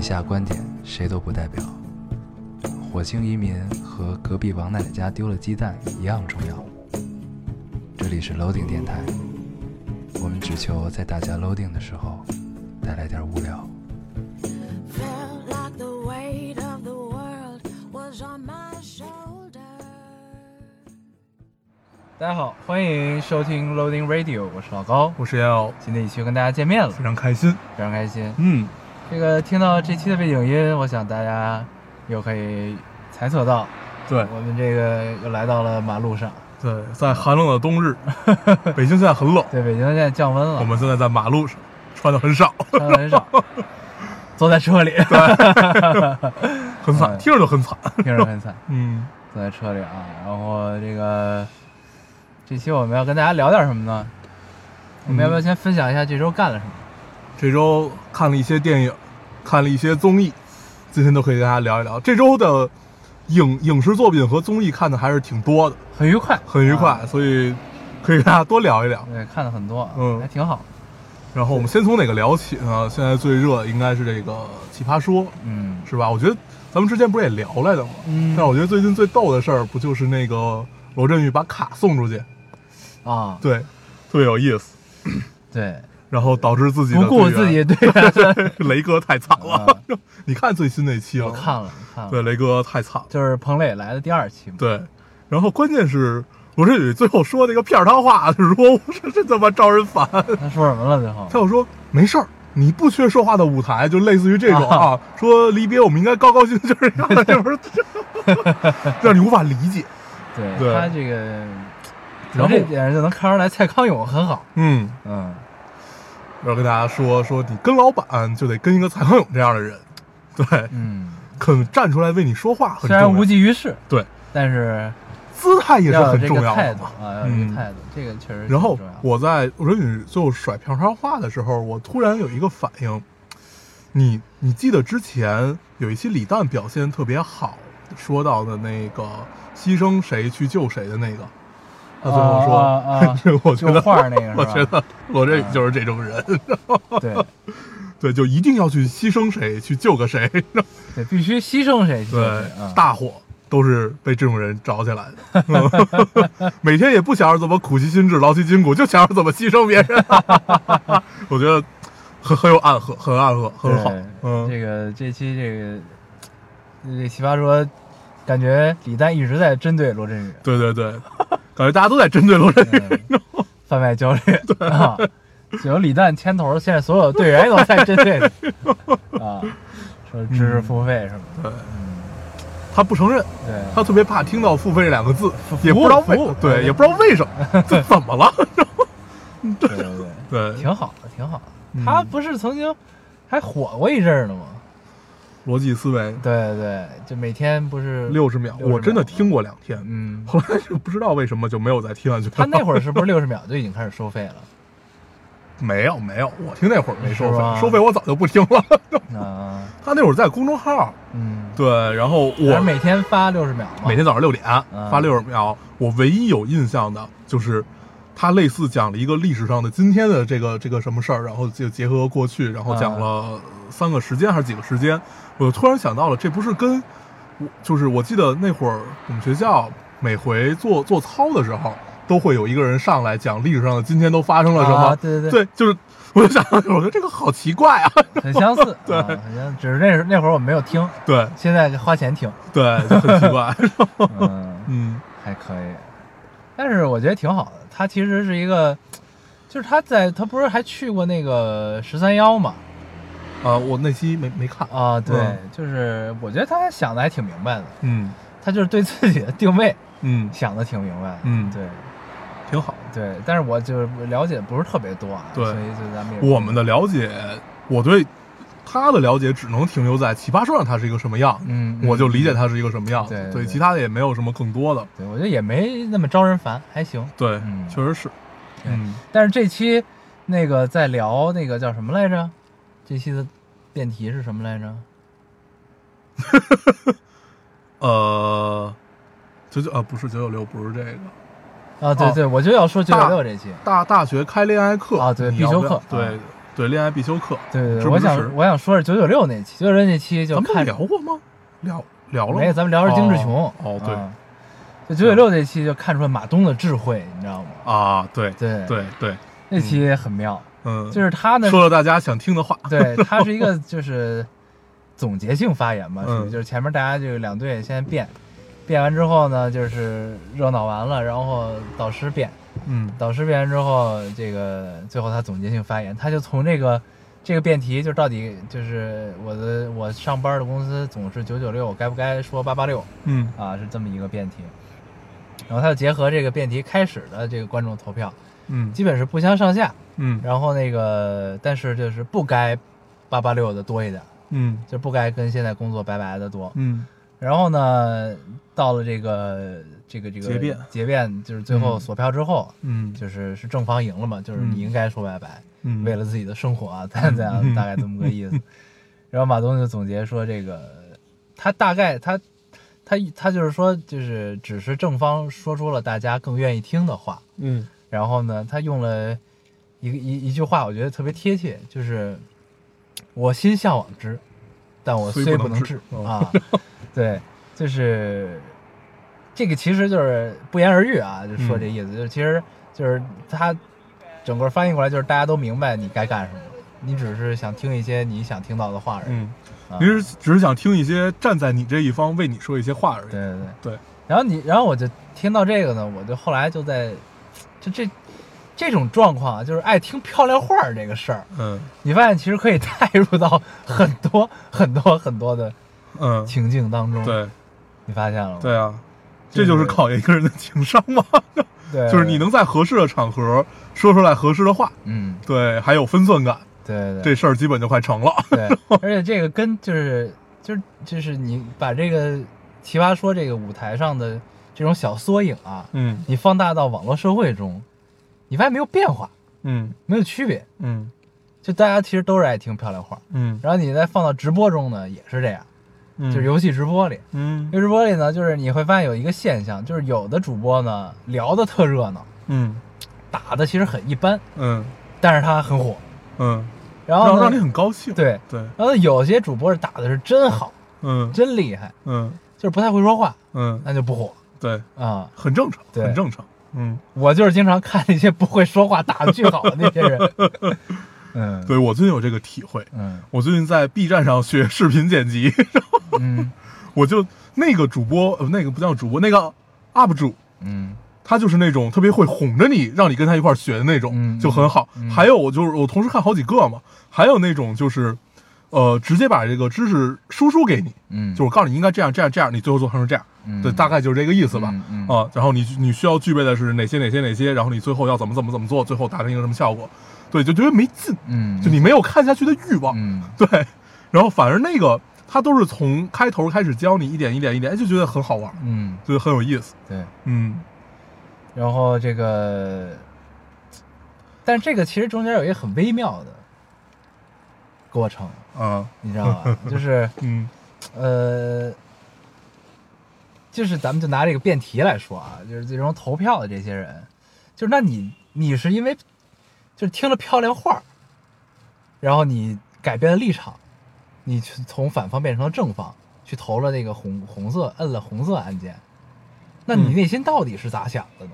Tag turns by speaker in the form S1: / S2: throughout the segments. S1: 下观点谁都不代表。火星移民和隔壁王奶奶家丢了鸡蛋一样重要。这里是 Loading 电台，我们只求在大家 Loading 的时候带来点无聊。
S2: Felt like the weight of the world was on my shoulders.
S3: 大家好，欢迎收听 Loading Radio，我是老高，
S4: 我是要
S3: 新的一期又跟大家见面了，
S4: 非常开心。
S3: 非常开心。
S4: 嗯，
S3: 这个听到这期的背景音，我想大家又可以猜测到，
S4: 对
S3: 我们这个又来到了马路上。
S4: 对，在寒冷的冬日， 北京现在很冷，
S3: 对，北京现在降温了，
S4: 我们现在在马路上穿的很少，
S3: 穿的很少，坐在车里，
S4: 很惨，
S3: 嗯
S4: 听着就很惨。
S3: 听着很惨，
S4: 哎嗯，
S3: 坐在车里啊。然后这个这期我们要跟大家聊点什么呢？我们要不要先分享一下这周干了什么？
S4: 这周看了一些电影，看了一些综艺，今天都可以跟大家聊一聊。这周的影影视作品和综艺看的还是挺多的，
S3: 很愉快，
S4: 很愉快，
S3: 啊
S4: 所以可以跟大家多聊一聊。
S3: 对，看了很多啊，
S4: 嗯
S3: 还挺好。
S4: 然后我们先从哪个聊起呢？现在最热应该是这个《奇葩说》，
S3: 嗯，
S4: 是吧？我觉得咱们之前不是也聊来的吗？
S3: 嗯
S4: 但我觉得最近最逗的事儿，不就是那个罗振宇把卡送出去，
S3: 啊，
S4: 对，特别有意思，
S3: 对，
S4: 然后导致自己的
S3: 不顾自己 对啊，
S4: 队员雷哥太惨了。 你看最新那期了
S3: 我
S4: 吗？
S3: 看了，看了，
S4: 对，雷哥太惨了。
S3: 就是彭磊来的第二期嘛，
S4: 对，然后关键是罗振宇最后说那个片儿汤话， 就是说我这这他妈招人烦。
S3: 他说什么了最后？
S4: 他又说没事儿。你不缺说话的舞台，就类似于这种啊，
S3: 啊
S4: 说离别我们应该高高兴兴这样的， 这不是 让你无法理解。
S3: 对
S4: 对
S3: 他这个，
S4: 然后
S3: 从这点上就能看出来蔡康永很好，
S4: 嗯，
S3: 嗯，
S4: 然后跟大家说说，你跟老板就得跟一个蔡康永这样的人，对，
S3: 嗯，
S4: 肯站出来为你说话很
S3: 虽
S4: 重
S3: 然无
S4: 要，
S3: 济于事，
S4: 对，
S3: 但是
S4: 姿态也是
S3: 要有
S4: 很
S3: 这
S4: 重
S3: 个
S4: 要
S3: 态
S4: 的
S3: 度
S4: 嘛。
S3: 啊，要有这
S4: 嗯
S3: 个态度，这个确实
S4: 然后
S3: 挺重要
S4: 我在我说你最后甩票上话的时候，我突然有一个反应，你你记得之前有一期李诞表现特别好，说到的那个牺牲谁去救谁的那个，他最后说，
S3: 啊啊啊
S4: 我觉得
S3: 就画那个是吧
S4: 我觉得罗振宇就是这种人，
S3: 啊 对
S4: 对，就一定要去牺牲谁去救个谁，
S3: 对，必须牺牲谁去做
S4: 对嗯
S3: 谁，啊，
S4: 大火都是被这种人找起来的， 每天也不想着怎么苦其心志、劳其筋骨，就想着怎么牺牲别人。 我觉得很很有暗合，很暗合，很好
S3: 对。
S4: 嗯，
S3: 这个这期这个这奇葩说，感觉李诞一直在针对罗振宇，
S4: 对对对，感觉大家都在针对罗振宇。
S3: 嗯 贩卖焦虑啊，只有李诞牵头，现在所有队员都在针对你 啊，说知
S4: 嗯
S3: 识付费什么的，
S4: 他不承认，
S3: 对，
S4: 他特别怕听到“付费”嗯这两个字
S3: 服，
S4: 也不知道为
S3: 服务对
S4: 对，也不知道为什 么，这怎么了？
S3: 对对对，
S4: 对，嗯
S3: 挺好的，挺好的。他不是曾经还火过一阵儿呢吗？
S4: 逻辑思维
S3: 对对对，就每天不是
S4: 六十秒，我真的，听过两天，
S3: 嗯，
S4: 后来就不知道为什么就没有再听下去了。
S3: 他那会儿是不是六十秒就已经开始收费了？
S4: 没有没有，我听那会儿没收
S3: 是
S4: 费，
S3: 吧
S4: 收费我早就不听了。
S3: 啊，
S4: 他那会儿在公众号，
S3: 嗯，
S4: 对，然后
S3: 我
S4: 我
S3: 每天发六十秒嘛，
S4: 每天早上六点
S3: 嗯
S4: 发六十秒，我唯一有印象的就是他类似讲了一个历史上的今天的这个这个什么事儿，然后就结合过去，然后
S3: 啊
S4: 讲了三个时间还是几个时间，我突然想到了，这不是跟我就是我记得那会儿我们学校每回做做操的时候。都会有一个人上来讲历史上的今天都发生了什么，
S3: 啊对对对
S4: 就是我就想，我说这个好奇怪啊，
S3: 很相似，
S4: 对
S3: 啊很像，只是那时候那会儿我没有听，
S4: 对
S3: 现在花钱 听，
S4: 对，就很 奇怪，
S3: 嗯。
S4: 嗯，
S3: 还可以，但是我觉得挺好的。他其实是一个，就是他在他不是还去过那个十三幺嘛？
S4: 啊，我那期没没看，
S3: 啊，对，
S4: 嗯
S3: 就是我觉得他想的还挺明白的，
S4: 嗯
S3: 他就是对自己的定位
S4: 嗯，
S3: 想的挺明白的。
S4: 嗯
S3: 对
S4: 挺好。
S3: 对，但是我就是了解不是特别多啊，
S4: 对
S3: 所以就咱们也
S4: 我们的了解，我对他的了解只能停留在奇葩说上他是一个什么样，
S3: 嗯，嗯
S4: 我就理解他是一个什么样子，
S3: 对对
S4: 对，
S3: 对
S4: 其他的也没有什么更多的。
S3: 对我觉得也没那么招人烦，还行。
S4: 对，
S3: 嗯
S4: 确实是，嗯，
S3: 但是这期那个在聊那个叫什么来着？这期的辩题是什么来着？
S4: 呃，九九呃不是九九六，不是这个
S3: 啊，对
S4: 哦
S3: 对，我就要说九九
S4: 大
S3: 六这期。
S4: 大大学开恋爱课
S3: 啊对
S4: 你要不
S3: 必修
S4: 要
S3: 课
S4: 对
S3: 啊，
S4: 对，恋爱必修课，
S3: 对对
S4: 支
S3: 对，
S4: 不
S3: 我
S4: 支
S3: 想
S4: 持
S3: 我想说是九九六那期，九九六那期就
S4: 咱
S3: 看
S4: 们聊过吗？聊聊了吗？
S3: 没有，咱们聊的是金志琼
S4: 哦。哦对
S3: 啊就九九六那期就看出了马东的智慧，你知道吗？
S4: 啊，对
S3: 对，
S4: 对对，
S3: 那期也很妙，
S4: 嗯，
S3: 就是他呢，
S4: 说了大家想听的话，
S3: 对他是一个就是总结性发言嘛，
S4: 嗯
S3: 属于就是前面大家就两队先辩，辩完之后呢，就是热闹完了，然后导师辩，
S4: 嗯
S3: 导师辩完之后，这个最后他总结性发言，他就从这个这个辩题，就到底就是我的我上班的公司总是九九六，该不该说八八六
S4: 嗯
S3: 啊？是这么一个辩题。然后他就结合这个辩题开始的这个观众投票，
S4: 嗯
S3: 基本是不相上下。
S4: 嗯
S3: 然后那个，但是就是不该八八六的多一点，
S4: 嗯
S3: 就不该跟现在工作拜拜的多。
S4: 嗯
S3: 然后呢，到了这个这个这个
S4: 结辩
S3: 结辩就是最后
S4: 嗯
S3: 索票之后，
S4: 嗯，
S3: 就是是正方赢了嘛，就是
S4: 嗯
S3: 你应该说拜拜，
S4: 嗯
S3: 为了自己的生活啊，咱咱
S4: 嗯
S3: 大概这么个 意思。然后马东就总结说，这个他大概他他他就是说，就是只是正方说出了大家更愿意听的话，
S4: 嗯
S3: 然后呢，他用了一个一一句话，我觉得特别贴切，就是“我心向往之，但我
S4: 虽
S3: 虽
S4: 不
S3: 不
S4: 能
S3: 能
S4: 至
S3: 至”啊， 对，就是这个其实就是不言而喻啊，就说这意思，就是其实就是他整个翻译过来就是大家都明白你该干什么，你只是想听一些你想听到的话而已。
S4: 嗯，
S3: 啊
S4: 您是只是想听一些站在你这一方为你说一些话而已。
S3: 对对对。
S4: 对，
S3: 然后你，然后我就听到这个呢，我就后来就在，就这这种状况啊，就是爱听漂亮话儿这个事儿，
S4: 嗯
S3: 你发现其实可以 带入到很多很多很多的
S4: 嗯，
S3: 情境当中。，
S4: 对
S3: 你发现了吗？
S4: 对啊，
S3: 就
S4: 这就是
S3: 是
S4: 考验一个人的情商嘛，
S3: 对，
S4: 就是你能在合适的场合说出来合适的话，
S3: 嗯，
S4: 对，还有分寸感，
S3: 对
S4: 这
S3: 对
S4: 事儿基本就快 成了。
S3: 对，而且这个跟就是就是就是你把这个奇葩说这个舞台上的这种小缩影啊，
S4: 嗯
S3: 你放大到网络社会中，你发现没有变化，
S4: 嗯
S3: 没有区别，
S4: 嗯
S3: 就大家其实都是爱听漂亮话。
S4: 嗯，
S3: 然后你再放到直播中呢，也是这样，就是游戏直播里，
S4: 嗯
S3: 游戏直播里呢，就是你会发现有一个现象，就是有的主播呢聊的特热闹，
S4: 嗯
S3: 打的其实很一般，
S4: 嗯
S3: 但是他很火。
S4: 嗯，
S3: 然
S4: 让
S3: 后
S4: 让你
S3: 呢，
S4: 很高兴。
S3: 对，
S4: 对，
S3: 然后有些主播打的是真好，
S4: 嗯
S3: 真厉害，
S4: 嗯
S3: 就是不太会说话，
S4: 嗯，
S3: 那就不火
S4: 对，
S3: 啊、
S4: 很正常，
S3: 对
S4: 很正常。嗯，
S3: 我就是经常看那些不会说话、打的巨好的那些 人，嗯，
S4: 对我最近有这个体会，
S3: 嗯
S4: 我最近在 B 站上学视频剪辑，
S3: 嗯
S4: 我就那个主播，呃，那个不叫主播，那个 UP 主，
S3: 嗯
S4: 他就是那种特别会哄着你，让你跟他一块儿学的那种，
S3: 嗯
S4: 就很好。
S3: 嗯嗯
S4: 还有，我就是我同时看好几个嘛，还有那种就是，呃，直接把这个知识输出给你，
S3: 嗯，
S4: 就是我告诉你应该这样这样这样，你最后做成是这样，
S3: 嗯
S4: 对，大概就是这个意思吧。
S3: 嗯嗯
S4: 啊，然后你你需要具备的是哪些哪些哪些，然后你最后要怎么怎么怎么做，最后达成一个什么效果，对，就觉得没劲，
S3: 嗯，
S4: 就你没有看下去的欲望，
S3: 嗯
S4: 对。然后反而那个他都是从开头开始教你一点一点一点，哎就觉得很好玩，
S3: 嗯
S4: 就很有意思，
S3: 对。
S4: 嗯
S3: 然后这个，但这个其实中间有一个很微妙的过程，
S4: 啊
S3: 你知道吧？就是
S4: 嗯
S3: 呃，就是咱们就拿这个辩题来说啊，就是最终投票的这些人，就是那你你是因为就是听了漂亮话儿，然后你改变了立场，你去从反方变成了正方，去投了那个红红色，摁了红色按键，那你
S4: 嗯
S3: 内心到底是咋想的呢？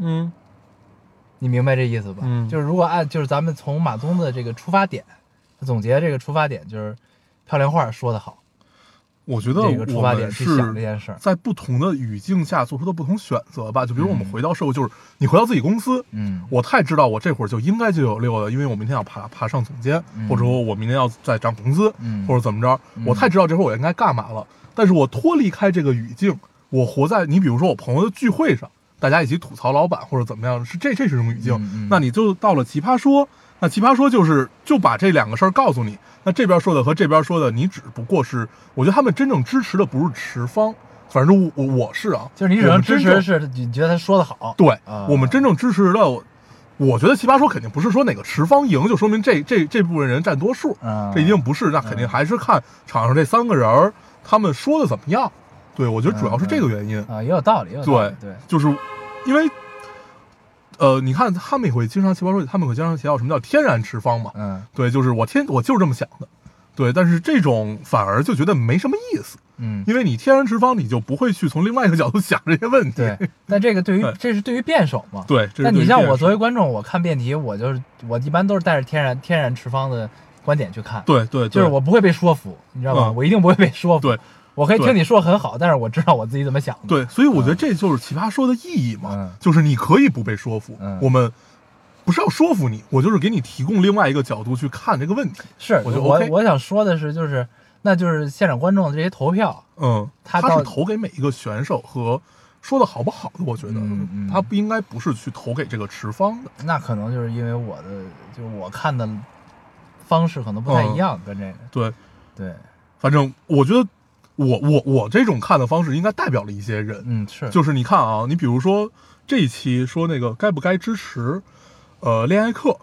S4: 嗯
S3: 你明白这意思吧？
S4: 嗯
S3: 就是如果按就是咱们从马东的这个出发点，他总结这个出发点就是漂亮话说得好，
S4: 我觉得
S3: 这个出
S4: 我
S3: 发点
S4: 们
S3: 去想这
S4: 是
S3: 件事儿。
S4: 在不同的语境下做出的不同选择吧。就比如我们
S3: 嗯
S4: 回到社会，就是你回到自己公司，
S3: 嗯，
S4: 我太知道我这会儿就应该就有六了，因为我明天要爬爬上总监，
S3: 嗯
S4: 或者说我明天要再涨工资，
S3: 嗯
S4: 或者怎么着，
S3: 嗯
S4: 我太知道这会儿我应该干嘛了。但是我脱离开这个语境，我活在你比如说我朋友的聚会上，大家一起吐槽老板或者怎么样，是这这是一种语境。
S3: 嗯嗯
S4: 那你就到了奇葩说，那奇葩说就是就把这两个事儿告诉你，那这边说的和这边说的，你只不过是我觉得他们真正支持的不是持方，反正我我是啊，
S3: 就是你只能支
S4: 我们
S3: 持
S4: 真正
S3: 是你觉得他说得好，
S4: 对、
S3: 啊
S4: 我们真正支持的，我我觉得奇葩说肯定不是说哪个持方赢就说明这这这部分人占多数，
S3: 啊
S4: 这一定不是，那肯定还是看场上这三个人儿他们说的怎么样。
S3: 嗯
S4: 对，我觉得主要是这个原因。
S3: 啊，也有道理，也有道理
S4: 对
S3: 对，
S4: 就是因为呃，你看他们也会经常奇葩说，他们会经常提到什么叫天然持方嘛？
S3: 嗯
S4: 对，就是我天，我就是这么想的。对，但是这种反而就觉得没什么意思，
S3: 嗯，
S4: 因为你天然持方，你就不会去从另外一个角度想这些问题。
S3: 对。但这个对于
S4: 对
S3: 这是对于辩手嘛？
S4: 对，这是
S3: 那
S4: 对
S3: 你
S4: 于
S3: 像
S4: 辩
S3: 我
S4: 手
S3: 作为观众，我看辩题，我就是我一般都是带着天然天然持方的观点去看，，
S4: 对对，对
S3: 就是我不会被说服，你知道吗？
S4: 嗯
S3: 我一定不会被说服。
S4: 对，
S3: 我可以听
S4: 对
S3: 你说很好，但是我知道我自己怎么想的。，
S4: 对，所以我觉得这就是奇葩说的意义嘛，
S3: 嗯
S4: 就是你可以不被说服，
S3: 嗯
S4: 我们不是要说服你，我就是给你提供另外一个角度去看这个问题。
S3: 是
S4: 我就
S3: 我
S4: OK
S3: 我想说的是，就是那就是现场观众的这些投票，
S4: 嗯，
S3: 他
S4: 他
S3: 到
S4: 是投给每一个选手和说的好不好的，我觉得、
S3: 嗯嗯
S4: 他不应该不是去投给这个持方的。
S3: 那可能就是因为我的就是我看的方式可能不太
S4: 嗯
S3: 一样，跟这个
S4: 对，
S3: 对，
S4: 反正我觉得我我我这种看的方式应该代表了一些人，
S3: 嗯是，
S4: 就是你看啊，你比如说这一期说那个该不该支持，呃，恋爱课，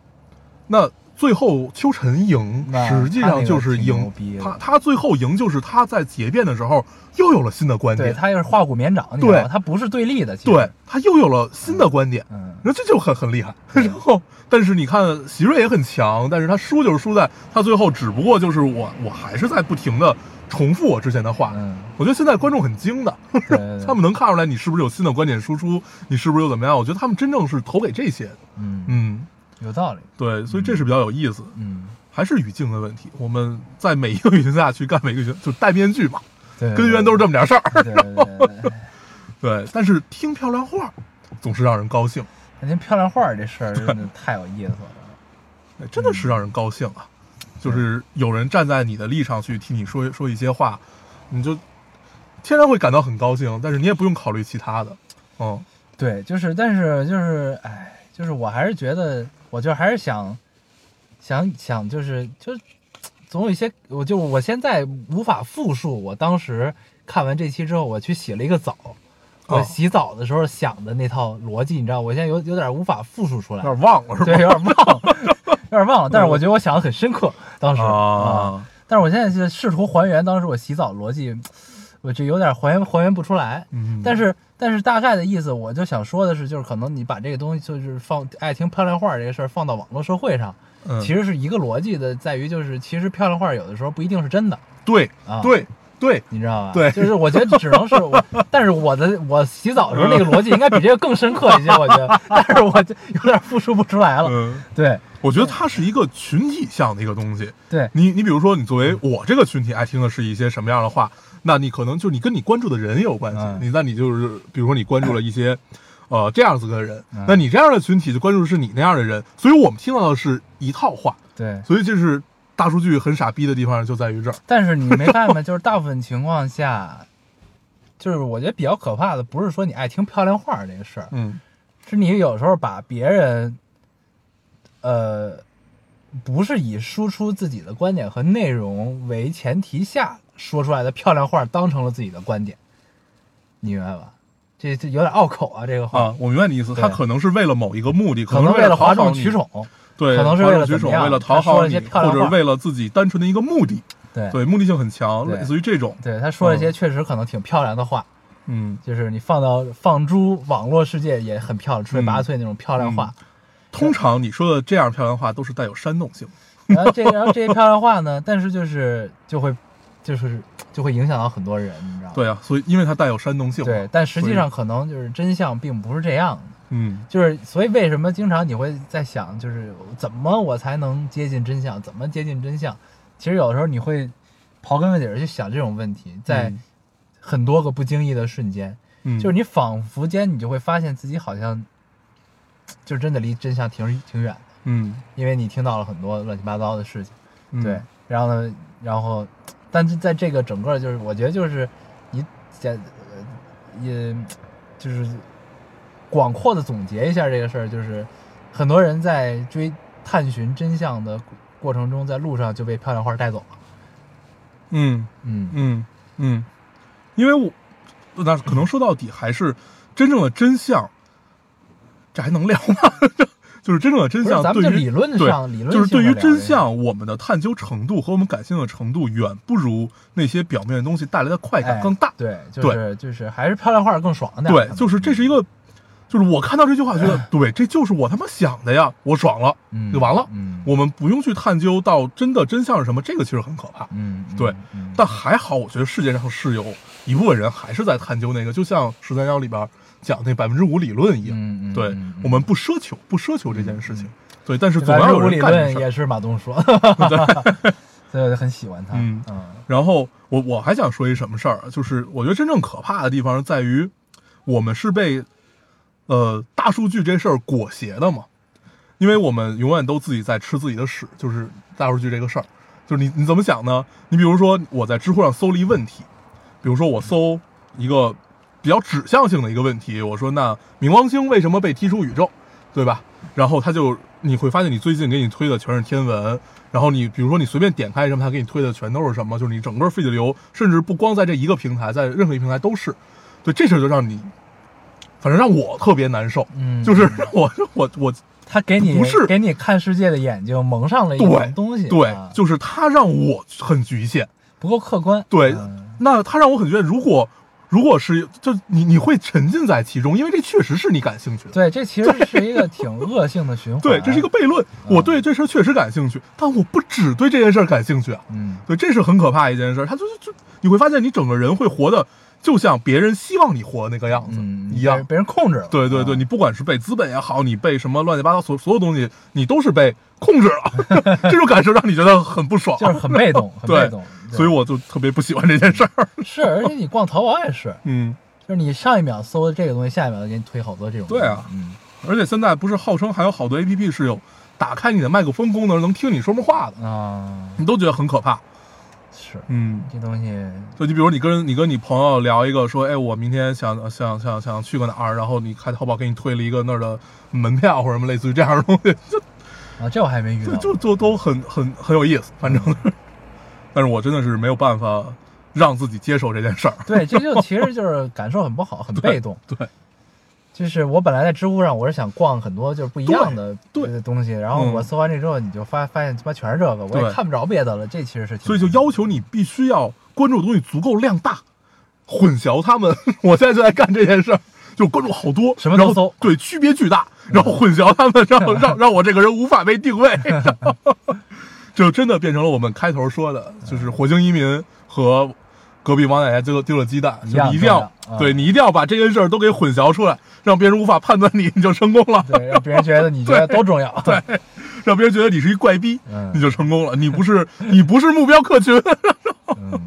S4: 那最后邱晨赢
S3: 那，
S4: 实际上就是
S3: 他那个挺牛
S4: 赢
S3: 逼的
S4: 他，他最后赢就是他在结辩的时候又有了新的观
S3: 对
S4: 点，
S3: 他又是化骨绵掌，你知道吗？
S4: 对
S3: 他不是对立的，其实
S4: 对，他又有了新的观点，
S3: 嗯
S4: 那这就很很厉害。 然后，但是你看席瑞也很强，但是他输就是输在他最后只不过就是我我还是在不停的重复我之前的话，
S3: 嗯，
S4: 我觉得现在观众很精的，
S3: 对对对
S4: 他们能看出来你是不是有新的观点输出，你是不是又怎么样？我觉得他们真正是投给这些的，
S3: 嗯
S4: 嗯，
S3: 有道理，
S4: 对，所以这是比较有意思。
S3: 嗯
S4: 还是语境的问题，我们在每一个语境下去干每一个语境，就戴面具嘛，
S3: 对，
S4: 根源都是这么点 事儿。
S3: 对对对对对。
S4: 对，但是听漂亮话总是让人高兴，
S3: 那您漂亮画儿这事儿真的太有意思了，
S4: 哎真的是让人高兴啊！就是有人站在你的立场去替你说说一些话，你就天然会感到很高兴，但是你也不用考虑其他的。嗯
S3: 对，就是但是就是哎，就是我还是觉得，我就还是想想想，就是就是总有一些，我就我现在无法复述我当时看完这期之后，我去洗了一个澡。我
S4: 哦
S3: 洗澡的时候想的那套逻辑，你知道，我现在有有点无法复述出来
S4: 有，点嗯忘了是吧？
S3: 对，有点忘，了， 有点忘了。但是我觉得我想的很深刻，当时
S4: 啊，
S3: 但是我现在是试图还原当时我洗澡逻辑，我这有点还原还原不出来。
S4: 嗯
S3: 但是但是大概的意思，我就想说的是，就是可能你把这个东西就是放爱听漂亮话这个事儿放到网络社会上，
S4: 嗯
S3: 其实是一个逻辑的，在于就是其实漂亮话有的时候不一定是真的，
S4: 对
S3: 啊
S4: 对对，
S3: 你知道吧？
S4: 对
S3: 就是我觉得只能是 我，但是我的我洗澡的时候那个逻辑应该比这个更深刻一些，我觉得，但是我就有点复述不出来了。
S4: 嗯，
S3: 对
S4: 我觉得它是一个群体向的一个东西。
S3: 对，
S4: 你你比如说，你作
S3: 嗯
S4: 为我这个群体爱听的是一些什么样的话，那你可能就你跟你关注的人也有关系。
S3: 嗯
S4: 你那你就是比如说你关注了一些，呃这样子的人，
S3: 嗯
S4: 那你这样的群体就关注的是你那样的人，所以我们听到的是一套话，
S3: 对，
S4: 所以这是大数据很傻逼的地方就在于这儿。
S3: 但是你没办法，就是大部分情况下，就是我觉得比较可怕的，不是说你爱听漂亮话儿这个事儿，
S4: 嗯，
S3: 是你有时候把别人，呃，不是以输出自己的观点和内容为前提下说出来的漂亮话儿当成了自己的观点，你明白吧？这这有点拗口啊，这个话、
S4: 啊，我明白你意思，他
S3: 对
S4: 可能是为了某一个目的，
S3: 可
S4: 能
S3: 能
S4: 是
S3: 为了哗
S4: 讨好
S3: 众
S4: 你
S3: 取，宠，
S4: 对，
S3: 可能是
S4: 哗
S3: 为
S4: 众
S3: 了
S4: 取
S3: 怎
S4: 宠，
S3: 么样
S4: 为了
S3: 他
S4: 讨
S3: 说
S4: 好
S3: 了一
S4: 你，
S3: 些漂亮
S4: 或者
S3: 话
S4: 为了自己单纯的一个目的，
S3: 对嗯
S4: 对，目的性很强，
S3: 对
S4: 类似于这种，
S3: 对他说了一些确实可能挺漂亮的话。
S4: 嗯，
S3: 就是你放到放诸网络世界也很漂亮，出类拔
S4: 嗯
S3: 萃那种漂亮话。
S4: 通常你说的这样漂亮话都是带有煽动性的，
S3: 然后这然后这些漂亮话呢，但是就是就会就是就会影响到很多人，你知道吗？
S4: 对啊，所以因为它带有煽动性，
S3: 对，，但实际
S4: 所以
S3: 上可能就是真相并不是这样的，
S4: 嗯，
S3: 就是所以为什么经常你会在想，就是怎么我才能接近真相？怎么接近真相？其实有时候你会刨根问底儿去想这种问题，在
S4: 嗯
S3: 很多个不经意的瞬间，
S4: 嗯，
S3: 就是你仿佛间你就会发现自己好像，就真的离真相挺挺远的，
S4: 嗯，
S3: 因为你听到了很多乱七八糟的事情。
S4: 嗯
S3: 对，，然后呢，然后，但是在这个整个就是，我觉得就是你在呃也就是广阔的总结一下这个事儿，就是很多人在追探寻真相的过程中，在路上就被漂亮花带走了。
S4: 嗯
S3: 嗯
S4: 嗯嗯，因为我那可能说到底还是真正的真相，这还能聊吗？ 就是真正的真
S3: 不是
S4: 相，
S3: 咱们
S4: 对
S3: 就
S4: 于
S3: 理论
S4: 对
S3: 上理论
S4: 就是
S3: 性
S4: 对
S3: 地
S4: 于
S3: 聊
S4: 真
S3: 这个
S4: 相，我们的探究程度和我们感性的程度远不如那些表面的东西带来的快感
S3: 哎
S4: 更大。
S3: 对，就是就是还是漂亮话更爽点儿。
S4: 对
S3: 可，能
S4: 就是这是一个就是我看到这句话，觉 得对，这就是我他妈想的呀，我爽了，
S3: 嗯
S4: 就完了。
S3: 嗯
S4: 我们不用去探究到真的真相是什么，这个其实很可怕。
S3: 嗯，嗯
S4: 对
S3: 嗯
S4: 但还好，我觉得世界上是有一部分人还是在探究那个，就像《十三幺》里边讲那百分之五理论一样。
S3: 嗯嗯
S4: 对、
S3: 嗯嗯
S4: 我们不奢求，不奢求这件事情。对，但是总
S3: 反
S4: 要
S3: 正
S4: 有
S3: 无
S4: 人
S3: 理
S4: 干这
S3: 论
S4: 事儿。
S3: 也是马东 说，对，很喜欢他，
S4: 嗯
S3: 嗯
S4: 然后我我还想说一什么事儿啊，就是我觉得真正可怕的地方在于，我们是被呃大数据这事儿裹挟的嘛，因为我们永远都自己在吃自己的屎，就是大数据这个事儿，就是你你怎么想呢？你比如说我在知乎上搜了一问题，比如说我搜一个比较指向性的一个问题，我说那冥王星为什么被踢出宇宙，对吧？然后他就你会发现你最近给你推的全是天文，然后你比如说你随便点开什么，他给你推的全都是什么，就是你整个 feed 流，甚至不光在这一个平台，在任何一个平台都是，对这事儿就让你，反正让我特别难受，
S3: 嗯，
S4: 就是 我我我
S3: 他给你
S4: 不是
S3: 给你看世界的眼睛蒙上了一
S4: 对
S3: 层东西，
S4: 对
S3: 啊，
S4: 就是他让我很局限，
S3: 不够客观，
S4: 对，
S3: 嗯
S4: 那他让我很觉得，如果如果是就你你会沉浸在其中，因为这确实是你感兴趣的。
S3: 对，这其实是一个挺恶性的循环，
S4: 对，这是一个，悖论。
S3: 嗯
S4: 我对这事儿确实感兴趣，但我不只对这件事儿感兴趣啊。
S3: 嗯
S4: 对，这是很可怕一件事儿。他就是就你会发现，你整个人会活的就像别人希望你活的那个样子
S3: 嗯，
S4: 一样
S3: 被。被人控制了，
S4: 对对对，
S3: 啊
S4: 你不管是被资本也好，你被什么乱七八糟所所有东西，你都是被控制了。 这种感受让你觉得很不爽，
S3: 就是很被动，很
S4: 对
S3: 被动，对
S4: 所以我就特别不喜欢这件事儿。
S3: 是，而且你逛淘宝也是，
S4: 嗯，
S3: 就是你上一秒搜这个东西，下一秒就给你推好多这种东西，
S4: 对啊
S3: 嗯
S4: 而且现在不是号称还有好多 A P P 是有打开你的麦克风功能，能听你说梦话的，
S3: 啊
S4: 你都觉得很可怕。
S3: 是，
S4: 嗯，
S3: 这东西
S4: 就你比如你跟你跟你朋友聊一个说，哎，我明天想想想想去个哪儿，然后你开淘宝给你推了一个那儿的门票或者什么类似于这样的东西， 就
S3: 啊，这我还没遇
S4: 就
S3: 到，
S4: 就就都很很很有意思，反正。 但是我真的是没有办法让自己接受这件事儿。
S3: 对，这就其实就是感受很不好，很被动。
S4: 对，
S3: 就是我本来在知乎上，我是想逛很多就是不一样的
S4: 对对
S3: 呃东西，然后
S4: 嗯
S3: 我搜完这之后，你就发发现他妈全是这个，我也
S4: 对
S3: 看不着别的了，这其实是挺
S4: 嗯所以就要求你必须要关注的东西足够量大，混淆他们。 我现在就在干这件事儿，就关注好多，
S3: 什么都
S4: 然后
S3: 搜
S4: 对，区别巨大，然后混淆他们，让 让让我这个人无法被定位， 就真的变成了我们开头说的，就是火星移民和。隔壁王奶奶丢丢了鸡蛋，
S3: 一
S4: 就
S3: 样
S4: 你一定要、
S3: 重要啊
S4: 对你一定要把这件事儿都给混淆出来，让别人无法判断你，你就成功了；
S3: 对，让别人觉得你觉得都重要。对，
S4: 让别人觉得你是一怪逼，
S3: 嗯
S4: 你就成功了。你不是你不是目标客群，
S3: 嗯，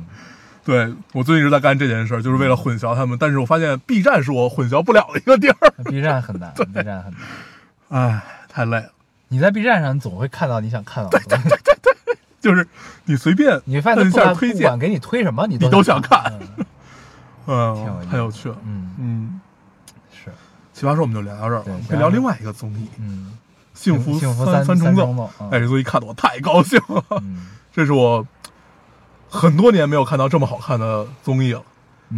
S4: 对我最近一直在干这件事儿，就是为了混淆他们。但是我发现 B 站是我混淆不了的一个地儿，
S3: B 站很难，B 站很难。
S4: 唉，太累了。
S3: 你在 B 站上，你总会看到你想看到的东西，
S4: 就是你随便
S3: 你发现他
S4: 摁一
S3: 不
S4: 下
S3: 管
S4: 推
S3: 不
S4: 荐
S3: 管，给你推什么，你
S4: 你
S3: 都
S4: 都想看，
S3: 嗯挺有意
S4: 嗯，
S3: 思
S4: 太有趣了。
S3: 嗯，
S4: 嗯，
S3: 是，
S4: 奇葩说我们就聊到这儿
S3: 对
S4: 了，我们
S3: 奇葩
S4: 可以聊另外一个综艺《
S3: 嗯，
S4: 幸福
S3: 幸福
S4: 三
S3: 三重
S4: 重奏》。
S3: 奏，嗯
S4: 哎，这综艺看得我太高兴了，
S3: 嗯
S4: 这是我很多年没有看到这么好看的综艺了。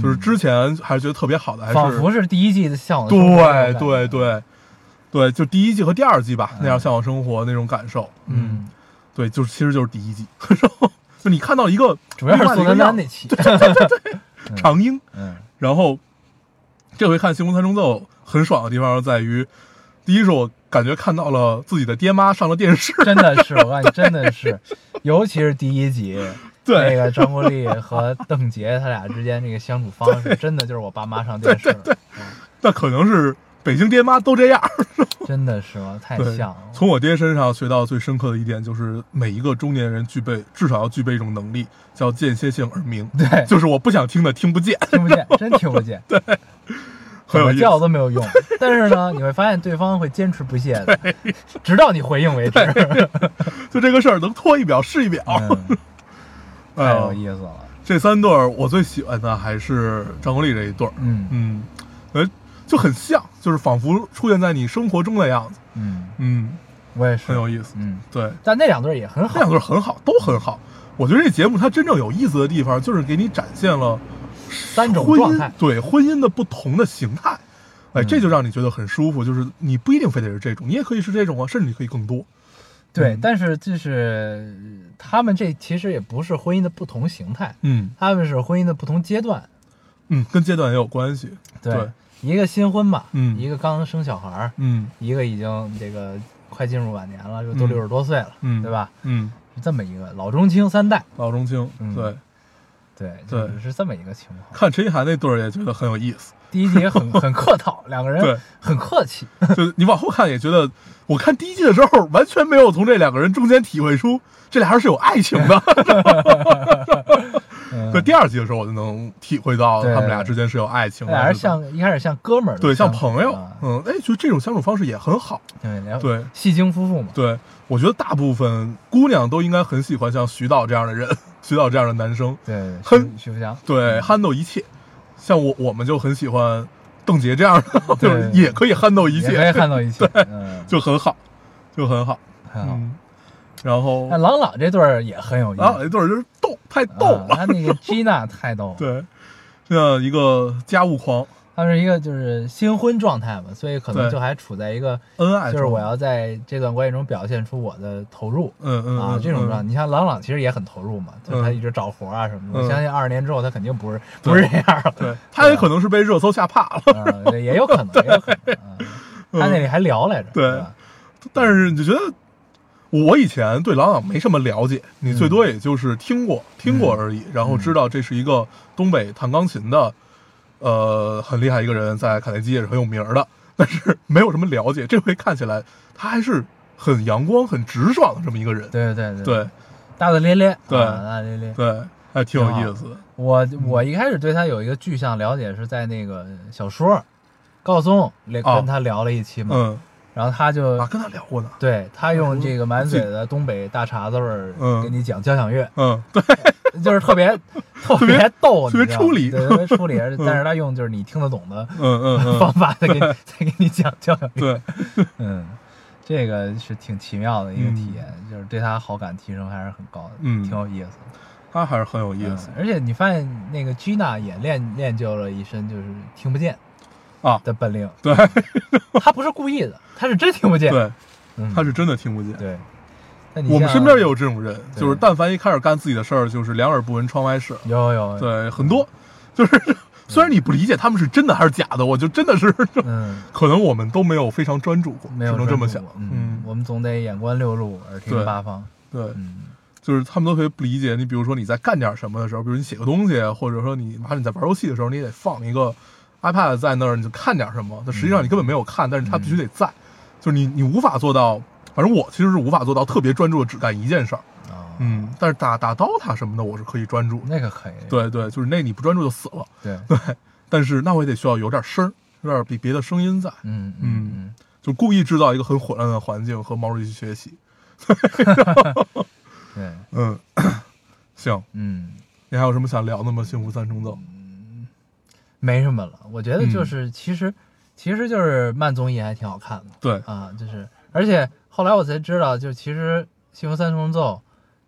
S4: 就是之前还是觉得特别好的，还
S3: 嗯仿
S4: 是
S3: 佛是第一季的向往啊的生活那种感
S4: 对
S3: 觉
S4: 对，对对，就第一季和第二季吧，那样向往生活那种感受，
S3: 嗯，
S4: 对，就是其实就是第一季， 然后就你看到一个
S3: 主要是
S4: 另外的
S3: 宋
S4: 一个
S3: 丹丹
S4: 样
S3: 那期，嗯
S4: 长英，
S3: 嗯
S4: 然后这回看《星空三重奏》很爽的地方在于，第一是我感觉看到了自己的爹妈上了电视，
S3: 真的是，我告诉你，真的是，尤其是第一集，那
S4: 对
S3: 个张国立和邓婕他俩之间这个相处方 式，真的就是我爸妈上电视了，
S4: 那可能是北京爹妈都这样，
S3: 真的是，我太
S4: 对
S3: 像了，
S4: 从我爹身上学到最深刻的一点就是，每一个中年人具备至少要具备一种能力，叫间歇性耳鸣，
S3: 对
S4: 就是我不想听的听不见，
S3: 听不见，真听不 见，对，
S4: 很
S3: 怎
S4: 有
S3: 么
S4: 意思
S3: 叫都没有用，但是呢，你会发现对方会坚持不懈 的，直到你回应为止，
S4: 就这个事儿能拖一秒是一秒，
S3: 嗯
S4: 哎
S3: 太
S4: 呀
S3: 有意思了，
S4: 这三对儿，我最喜欢的还是张国立这一对儿。
S3: 嗯
S4: 嗯，呃，就很像，就是仿佛出现在你生活中的样子。
S3: 嗯，
S4: 嗯，
S3: 我也是，
S4: 很有意思。
S3: 嗯，
S4: 对，
S3: 但那两对儿也很
S4: 这
S3: 好
S4: 两，对儿很好，都很好。我觉得这节目它真正有意思的地方，就是给你展现了
S3: 三种
S4: 婚
S3: 状
S4: 姻
S3: 态，
S4: 对婚姻的不同的形态。哎，
S3: 嗯
S4: 这就让你觉得很舒服，就是你不一定非得是这种，你也可以是这种啊，甚至你可以更多。
S3: 对，
S4: 嗯
S3: 但是就是呃他们这其实也不是婚姻的不同形态，
S4: 嗯
S3: 他们是婚姻的不同阶段。
S4: 嗯，跟阶段也有关系。对
S3: 一个新婚嘛，
S4: 嗯
S3: 一个刚生小孩儿，
S4: 嗯
S3: 一个已经这个快进入晚年了，就都
S4: 嗯
S3: 六十多岁了，
S4: 嗯
S3: 对吧？
S4: 嗯，
S3: 是这么一个老中青三代，
S4: 老中青，
S3: 嗯
S4: 对，
S3: 对，
S4: 对
S3: 就是是这么一个情况。
S4: 看陈意涵那对儿也觉得很有意思，
S3: 第一集很很客 套，两个
S4: 对
S3: 人很客气，
S4: 就是你往后看也觉得，我看第一季的时候完全没有从这两个人中间体会出这俩人是有爱情 的。
S3: 嗯
S4: 对，第二季的时候我就能体会到
S3: 对
S4: 他们俩之间是有爱情的，
S3: 俩人
S4: 是怎么
S3: 像一开始像哥们儿的
S4: 对像
S3: 相处，
S4: 朋友
S3: 啊，
S4: 嗯，哎，就这种相处方式也很好。
S3: 对，然后
S4: 对
S3: 戏精夫妇嘛，
S4: 对，我觉得大部分姑娘都应该很喜欢像徐导这样的人，徐导这样的男生，
S3: 对，
S4: 哼
S3: 徐徐福强，
S4: 对，handle 一切。像我，我们就很喜欢邓婕这样 的，就是
S3: 对
S4: 也可以 handle 一
S3: 也可以
S4: 切，
S3: 看到一起，嗯，
S4: 就很好，就很好。
S3: 很好。
S4: 嗯，然后
S3: 那朗朗这对儿也很有意思，
S4: 啊，那对儿就是逗，太逗
S3: 啊
S4: 了。
S3: 他那个 Gina 太逗了，
S4: 对，这样一个家务狂，
S3: 他是一个就是新婚状态嘛，所以可能
S4: 对
S3: 就还处在一个
S4: 恩爱
S3: 就
S4: 中
S3: 是我要在这段关系中表现出我的投入。
S4: 嗯嗯
S3: 啊，
S4: 嗯
S3: 这种状态，
S4: 嗯
S3: 你像朗朗其实也很投入嘛，就是他
S4: 嗯
S3: 一直找活啊什么的。
S4: 嗯
S3: 我相信二十年之后他肯定不是
S4: 对
S3: 不是这样了，
S4: 对，他也可能是被热搜吓怕了，
S3: 嗯，对也有 可能，也有可能。嗯他那里还聊来着，
S4: 对
S3: 对吧
S4: 但是你就觉得。我以前对郎朗没什么了解，你最多也就是听过、
S3: 嗯
S4: 听过而已，然后知道这是一个东北弹钢琴的，呃，很厉害一个人，在卡内基也是很有名儿的， 但是没有什么了解。这回看起来他还是很阳光、很直爽的这么一个人，
S3: 对对对
S4: 对，
S3: 大大咧咧，
S4: 对
S3: 啊大大咧咧。
S4: 对，还挺有
S3: 挺好
S4: 意思的。
S3: 我
S4: 嗯
S3: 我一开始对他有一个具象了解是在那个小说，高松来
S4: 哦
S3: 跟他聊了一期嘛，
S4: 嗯，
S3: 然后他就
S4: 啊，跟他聊过呢。
S3: 对他用这个满嘴的东北大碴子味
S4: 嗯
S3: 儿给你讲交响乐，
S4: 嗯，对，
S3: 就是特 别特别逗，
S4: 特别
S3: 你知道吗
S4: 出离
S3: 对，特别出离。但是他用就是你听得懂的
S4: 嗯嗯
S3: 方
S4: 嗯，
S3: 法再给你再给你讲交响乐，
S4: 对，
S3: 嗯，这个是挺奇妙的一个
S4: 嗯
S3: 体验，就是对他好感提升还是很高的，
S4: 嗯
S3: 挺有意思的。
S4: 他还是很有意
S3: 嗯
S4: 思
S3: 而且你发现那个 Gina 也练练就了一身就是听不见
S4: 啊。
S3: 的本领，
S4: 对
S3: 他不是故意的，他是真听不见，
S4: 对，
S3: 嗯，
S4: 他是真的听不见。
S3: 对。那你
S4: 我们
S3: 像
S4: 身边也有这种人，
S3: 对
S4: 就是但凡一开始干自己的事儿，就是两耳不闻窗外事。
S3: 有有有，
S4: 对，很多，就是虽然你不理解他们是真的还是假的，我就真的是，
S3: 嗯，
S4: 可能我们都没有非常专注过，
S3: 没有
S4: 只能这么
S3: 专
S4: 想
S3: 注过。嗯
S4: 嗯，，
S3: 我们总得眼观六路，耳听
S4: 对
S3: 八方，
S4: 对，
S3: 嗯，
S4: 就是他们都特别不理解。你比如说你在干点什么的时候，比如你写个东西，或者说你哪怕你在玩游戏的时候，你也得放一个 iPad 在那儿，你就看点什么。但实际
S3: 嗯
S4: 上你根本没有看，但是它必须得在，就是你你无法做到。反正我其实是无法做到特别专注的只干一件事儿，
S3: 啊，
S4: 嗯，但是打打 DOTA 什么的我是可以专注的，
S3: 那个可以，
S4: 对对，就是那你不专注就死了，
S3: 对，
S4: 但是那我也得需要有点声儿，有点比别的声音在，
S3: 嗯
S4: 嗯
S3: 嗯，
S4: 就故意制造一个很混乱的环境和毛主席学习，
S3: 对，
S4: 嗯， 行，
S3: 嗯，
S4: 你还有什么想聊的吗？幸福三重奏，
S3: 没什么了。我觉得就
S4: 嗯
S3: 是其实其实就是慢综艺还挺好看的
S4: 对，
S3: 啊，就是而且后来我才知道，就其实《幸福三重奏》《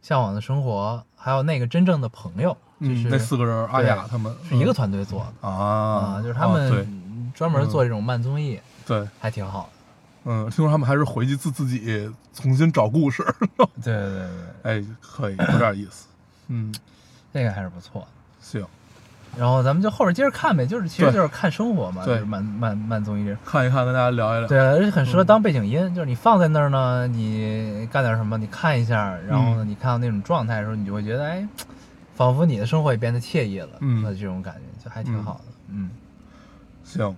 S3: 向往的生活》还有那个真正的朋友，就
S4: 嗯，
S3: 是
S4: 那四个人，阿雅他们
S3: 是一个
S4: 嗯
S3: 团队做的
S4: 啊
S3: 啊，就是他
S4: 啊对
S3: 们专门做这种慢综艺，
S4: 对，
S3: 还挺好的。
S4: 嗯，听说他们还是回去自自己重新找故事，
S3: 对对对对，
S4: 哎，可以，有点意思，嗯，
S3: 这个还是不错的。
S4: 行，
S3: 然后咱们就后边接着看呗，就是其实
S4: 对
S3: 就是看生活嘛，就
S4: 对
S3: 是慢慢慢综艺这种。
S4: 看一看，跟大家聊一 聊，
S3: 对，啊而且很适合
S4: 嗯
S3: 当背景音，就是你放在那儿呢，你干点什么，你看一下，然后呢，
S4: 嗯
S3: 你看到那种状态的时候，你就会觉得，哎，仿佛你的生活也变得惬意了，
S4: 嗯
S3: 那这种感觉就还挺好的，嗯，
S4: 行，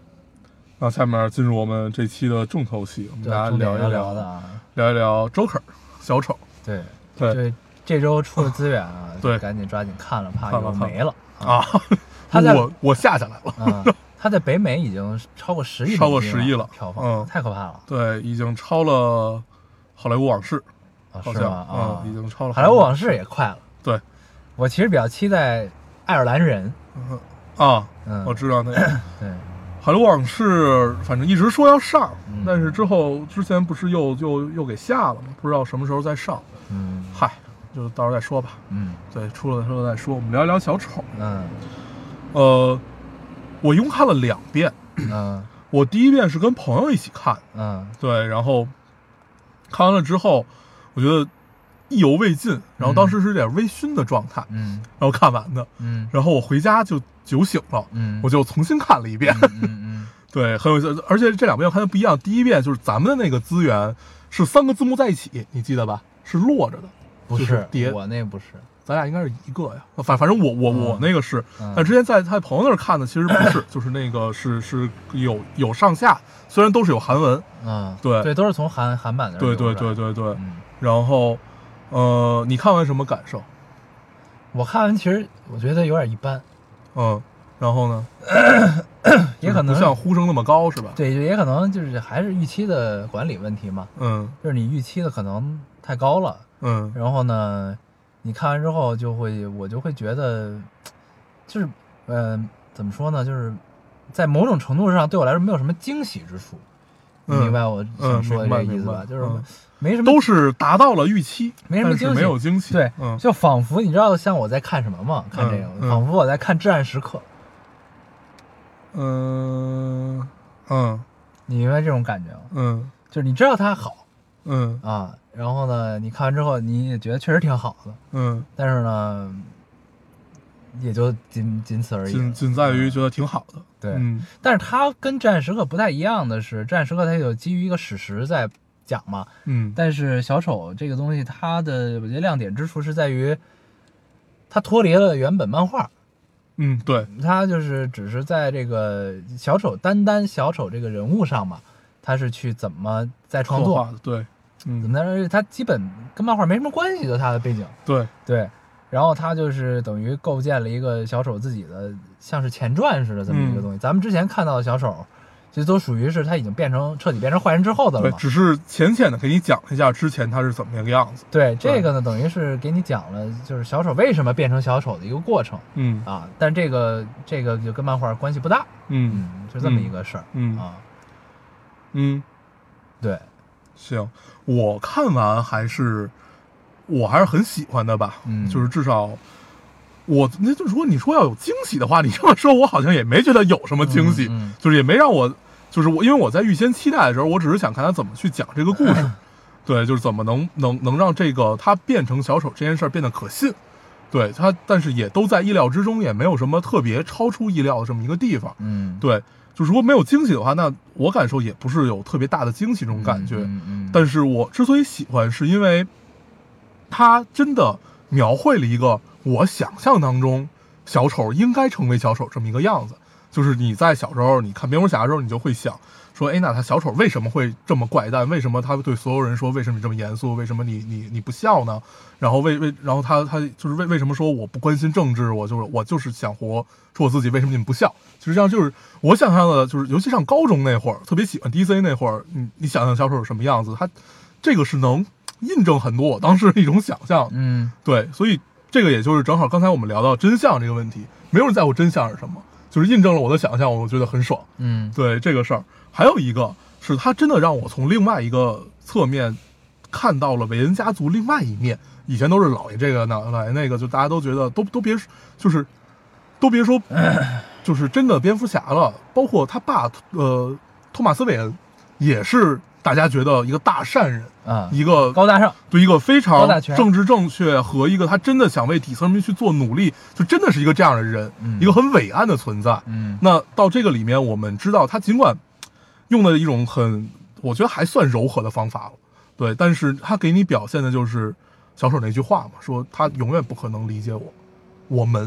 S4: 那下面进入我们这期的重头戏，我们
S3: 对，
S4: 大家
S3: 重点
S4: 聊一
S3: 要
S4: 聊
S3: 的啊，
S4: 聊一聊 Joker 小丑，
S3: 对，
S4: 对
S3: 这这周出 的资源啊，
S4: 对
S3: 赶紧抓紧看了，怕
S4: 看
S3: 又
S4: 了看
S3: 没了
S4: 啊，
S3: 他在
S4: 我我下下来了，
S3: 啊。他在北美已经超过十亿，
S4: 超过10亿了
S3: 票房、
S4: 嗯
S3: 太可怕了
S4: 对，已经超了好莱坞往事，
S3: 啊！
S4: 好
S3: 是
S4: 像
S3: 吗？啊，
S4: 嗯已经超了
S3: 好莱坞往事也快了。
S4: 对，
S3: 我其实比较期待《爱尔兰人》，
S4: 嗯啊，
S3: 嗯，
S4: 我知道那个
S3: 对，
S4: 好莱坞往事，反正一直说要上
S3: 嗯，
S4: 但是之后之前不是又又又给下了吗？不知道什么时候再上，
S3: 嗯
S4: 嗨，就到时候再说吧。
S3: 嗯
S4: 对，出了之后再说。我们聊一聊小丑，
S3: 嗯
S4: 呃，我一共看了两遍，
S3: 嗯
S4: 我第一遍是跟朋友一起看，
S3: 嗯
S4: 对，然后看完了之后，我觉得意犹未尽，然后当时是有点微醺的状态，
S3: 嗯
S4: 然后看完的，
S3: 嗯
S4: 然后我回家就酒醒了，
S3: 嗯，
S4: 我就重新看了一遍，
S3: 嗯嗯嗯
S4: 对，很有意思。而且这两遍我看的不一样，第一遍就是咱们的那个资源是三个字幕在一起，你记得吧？是摞着的，
S3: 不
S4: 就是叠
S3: 我那不是，
S4: 咱俩应该是一个呀。反反正我我我
S3: 嗯
S4: 那个是，
S3: 嗯
S4: 但之前在在朋友那儿看的其实不是，就是那个是是有有上下，虽然都是有韩文，
S3: 嗯，
S4: 对
S3: 对，都是从韩韩版的，
S4: 对对对，对对。
S3: 嗯，
S4: 然后，呃，你看完什么感受？
S3: 我看完其实我觉得有点一般，
S4: 嗯，然后呢？
S3: 也可能
S4: 不像呼声那么高是吧？
S3: 对，就也可能就是还是预期的管理问题嘛，
S4: 嗯
S3: 就是你预期的可能太高了，
S4: 嗯
S3: 然后呢，你看完之后就会，我就会觉得，就是，呃，怎么说呢，就是在某种程度上对我来说没有什么惊喜之处，你
S4: 嗯
S3: 明白我想
S4: 嗯，
S3: 说的
S4: 明
S3: 这
S4: 白
S3: 个意
S4: 明
S3: 思吧？
S4: 白，
S3: 就是
S4: 嗯
S3: 没什么，
S4: 都是达到了预期，
S3: 没什么
S4: 但是
S3: 惊喜
S4: 没有惊喜。
S3: 对
S4: 嗯
S3: 就仿佛你知道像我在看什么吗？看这个，
S4: 嗯嗯
S3: 仿佛我在看《至暗时刻》，
S4: 嗯呃嗯
S3: 你明白这种感觉吗？
S4: 嗯
S3: 就是你知道它好
S4: 嗯
S3: 啊，然后呢，你看完之后你也觉得确实挺好的，
S4: 嗯，
S3: 但是呢，也就仅仅此而已了。
S4: 仅仅在于觉得挺好的。
S3: 对，
S4: 嗯
S3: 但是它跟《战时刻》不太一样的是，《战时刻》它有基于一个史实在讲嘛，
S4: 嗯
S3: 但是小丑这个东西，它的我觉得亮点之处是在于，它脱离了原本漫画，
S4: 嗯，对，
S3: 它就是只是在这个小丑单单小丑这个人物上嘛，它是去怎么在创
S4: 刻画
S3: 作，
S4: 的对，
S3: 怎
S4: 嗯
S3: 么在它基本跟漫画没什么关系的，它的背景。
S4: 对，
S3: 对，然后他就是等于构建了一个小丑自己的像是前传似的这么
S4: 嗯
S3: 一个东西。咱们之前看到的小丑，其实都属于是他已经变成彻底变成坏人之后的了
S4: 对，
S3: 嘛。
S4: 只是浅浅的给你讲一下之前他是怎么样个样子。
S3: 对这个呢，等于是给你讲了就是小丑为什么变成小丑的一个过程
S4: 嗯
S3: 啊。但这个这个就跟漫画关系不大，
S4: 嗯
S3: 嗯，就这么一个事儿、
S4: 嗯
S3: 啊。
S4: 嗯，
S3: 对，
S4: 行，我看完还是我还是很喜欢的吧，
S3: 嗯
S4: 就是至少。我那就如果你说要有惊喜的话，你这么说，我好像也没觉得有什么惊喜，
S3: 嗯嗯
S4: 就是也没让我，就是我，因为我在预先期待的时候，我只是想看他怎么去讲这个故 事，对，就是怎么能能能让这个他变成小丑这件事儿变得可信，对他，但是也都在意料之中，也没有什么特别超出意料的这么一个地方，
S3: 嗯，
S4: 对，就如果没有惊喜的话，那我感受也不是有特别大的惊喜这种
S3: 嗯，
S4: 感觉。
S3: 嗯嗯，
S4: 但
S3: 是
S4: 是我之所以喜欢，是因为他真的描绘了一个我想象当中小丑应该成为小丑这么一个样子。就是你在小时候，你看蝙蝠侠的时候，你就会想说，哎，那他小丑为什么会这么怪诞？为什么他对所有人说，为什么你这么严肃？为什么你你你不笑呢？然后为为，然后他他就是为为什么说我不关心政治？我就是我就是想活出我自己。为什么你们不笑？其实际上就是我想象的，就是尤其上高中那会儿，特别喜欢 DC 那会儿，你你想象小丑是什么样子？他这个是能印证很多我当时的一种想象的。
S3: 嗯
S4: 对，所以这个也就是正好刚才我们聊到真相这个问题，没有人在乎真相是什么，就是印证了我的想象，我觉得很爽。
S3: 嗯
S4: 对这个事儿，还有一个是他真的让我从另外一个侧面看到了韦恩家族另外一面。以前都是老爷这个呢，老爷那个，就大家都觉得都都 别就是都别说，就是真的蝙蝠侠了，包括他爸呃托马斯韦恩也是大家觉得一个大善人，
S3: 啊，
S4: 一个
S3: 高大上，
S4: 对一个非
S3: 高
S4: 常
S3: 大全
S4: 政治正确和一个他真的想为底层人民去做努力，就真的是一个这样的人，
S3: 嗯
S4: 一个很伟岸的存在。
S3: 嗯
S4: 那到这个里面，我们知道他尽管用的一种很，我觉得还算柔和的方法了，对，但是他给你表现的就是小丑那句话嘛，说他永远不可能理解我，我们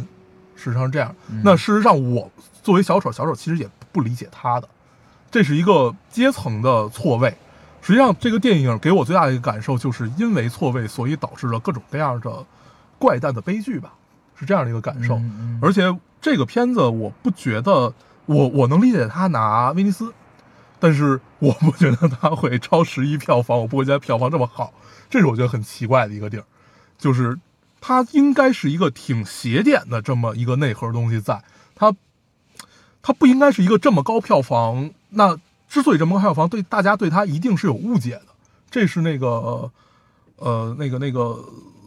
S4: 事实上是这样。那事实上，我作为小丑，小丑其实也不理解他的，这是一个阶层的错位。实际上，这个电影给我最大的一个感受，就是因为错位，所以导致了各种各样的怪诞的悲剧吧，是这样的一个感受。
S3: 嗯嗯
S4: 而且这个片子，我不觉得我我能理解他拿威尼斯，但是我不觉得他会超十一票房，我不会觉得票房这么好，这是我觉得很奇怪的一个地儿，就是它应该是一个挺邪典的这么一个内核东西在，它它不应该是一个这么高票房。那之所以这么高票房，对大家对它一定是有误解的，这是那个呃呃那个那个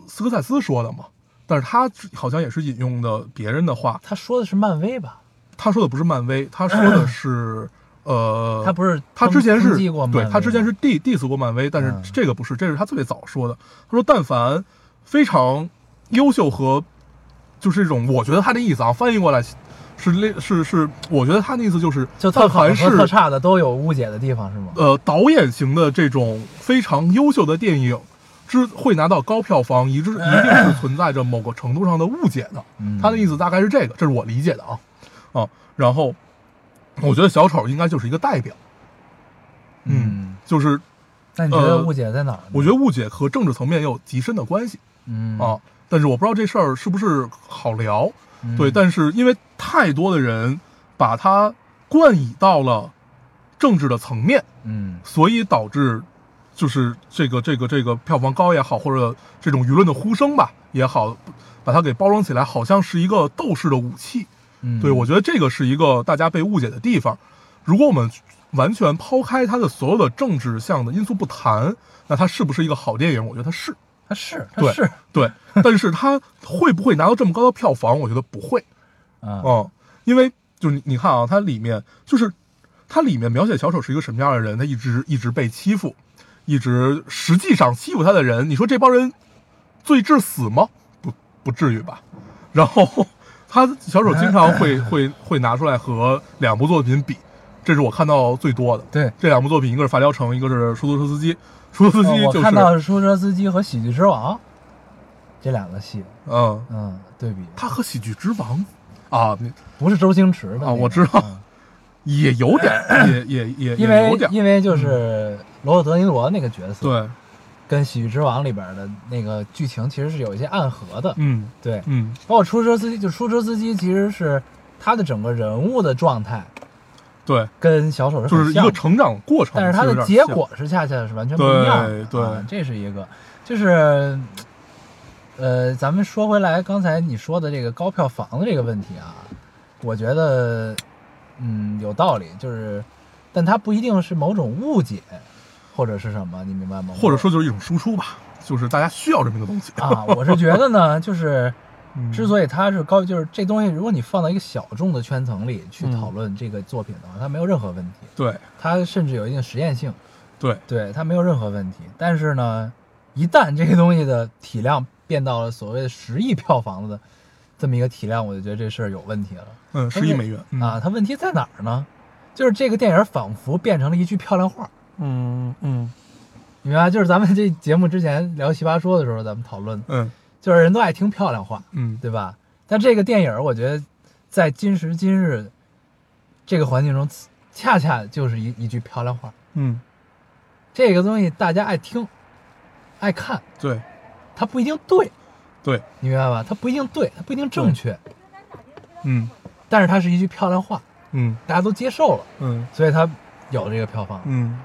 S4: 斯科塞斯说的嘛。但是他好像也是引用的别人的话，
S3: 他说的是漫威吧？
S4: 他说的不是漫威，他说的是 呃，
S3: 他不是
S4: 他之前
S3: 抨
S4: 是
S3: 击过漫
S4: 对
S3: 威
S4: 他之前
S3: 吗
S4: 是 diss diss 过漫威，但
S3: 嗯
S4: 是这个不是，这是他特别早说的。他说，但凡非常优秀和就是这种，我觉得他的意思啊，翻译过来是类是是，我觉得他那意思就是，
S3: 就
S4: 但
S3: 特好
S4: 凡
S3: 的
S4: 是
S3: 和特差的都有误解的地方是吗？
S4: 呃导演型的这种非常优秀的电影，之会拿到高票房，一致一定是存在着某个程度上的误解的。
S3: 嗯
S4: 他的意思大概是这个，这是我理解的啊啊。然后我觉得小丑应该就是一个代表，
S3: 嗯，
S4: 就是
S3: 那你觉得
S4: 呃
S3: 误解在哪儿呢？
S4: 我觉得误解和政治层面也有极深的关系
S3: 嗯
S4: 啊。但是我不知道这事儿是不是好聊，
S3: 嗯
S4: 对，但是因为太多的人把它冠以到了政治的层面，
S3: 嗯
S4: 所以导致就是这个这个这个票房高也好，或者这种舆论的呼声吧也好，把它给包装起来，好像是一个斗士的武器。
S3: 嗯，
S4: 对，我觉得这个是一个大家被误解的地方。如果我们完全抛开它的所有的政治项的因素不谈，那它是不是一个好电影？我觉得它是。
S3: 他是他
S4: 对
S3: 是
S4: 对， 但是它会不会拿到这么高的票房？我觉得不会。
S3: 啊
S4: 嗯，因为就是你你看啊，它里面就是它里面描写小丑是一个什么样的人，他一直一直被欺负，一直实际上欺负他的人，你说这帮人罪至死吗？不不至于吧。然后他小丑经常 会会会拿出来和两部作品比，这是我看到最多的。
S3: 对，
S4: 这两部作品，一个是《法雕城》，一个是《出租车司机》。出租车司机
S3: 呃
S4: 就
S3: 我
S4: 是
S3: 看到《出租车司机》和《喜剧之王》这两个戏，
S4: 嗯，
S3: 嗯，对比
S4: 他和《喜剧之王》啊
S3: 不是周星驰的那
S4: 啊，
S3: 个
S4: 我知道
S3: 嗯，
S4: 也有点，也也也
S3: 因
S4: 也
S3: 为
S4: 有点，嗯
S3: 因为就是罗伯特·德尼罗那个角色，，
S4: 对，
S3: 跟《喜剧之王》里边的那个剧情其实是有一些暗合的，
S4: 嗯
S3: 对，
S4: 嗯，
S3: 包括出租车司机，就出租车司机其实是他的整个人物的状态
S4: 对，
S3: 跟小丑是
S4: 就是
S3: 很
S4: 一
S3: 像
S4: 个
S3: 的，
S4: 成长过程，
S3: 但是他
S4: 其
S3: 的
S4: 实有点
S3: 结
S4: 像
S3: 果是恰恰是完全不一样的，
S4: 对
S3: 啊
S4: 对
S3: 这是一个，就是。呃，咱们说回来，刚才你说的这个高票房的这个问题啊，我觉得，嗯，有道理，就是，但它不一定是某种误解，或者是什么，你明白吗？
S4: 或者说就是一种输出吧，就是大家需要这么一个东西。
S3: 啊，我是觉得呢，就是
S4: 嗯
S3: 之所以它是高，就是这东西，如果你放到一个小众的圈层里
S4: 嗯
S3: 去讨论这个作品的话，它没有任何问题，
S4: 对
S3: 它甚至有一定实验性，
S4: 对，
S3: 对，它没有任何问题。但是呢，一旦这个东西的体量变到了所谓的十亿票房的这么一个体量，我就觉得这事儿有问题了、
S4: 嗯，
S3: 它
S4: 十亿
S3: 是
S4: 美元
S3: 啊！，它问题在哪儿呢？就是这个电影仿佛变成了一句漂亮话，
S4: 嗯嗯
S3: 你明白？就是咱们这节目之前聊奇葩说的时候，咱们讨论，
S4: 嗯
S3: 就是人都爱听漂亮话，
S4: 嗯，
S3: 对吧？但这个电影儿，我觉得在今时今日这个环境中，恰恰就是一一句漂亮话。
S4: 嗯，
S3: 这个东西大家爱听，爱看，
S4: 对
S3: 它不一定对，
S4: 对，
S3: 你明白吧？它不一定对，它不一定正确，
S4: 嗯
S3: 但是它是一句漂亮话，
S4: 嗯
S3: 大家都接受了，
S4: 嗯
S3: 所以它有这个票房，
S4: 嗯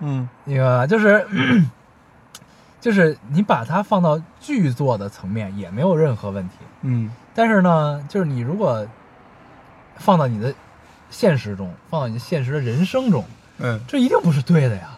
S4: 嗯
S3: 你明白吧？就是。 就是你把它放到剧作的层面也没有任何问题，
S4: 嗯
S3: 但是呢，就是你如果放到你的现实中，放到你现实的人生中，
S4: 嗯，
S3: 这一定不是对的呀。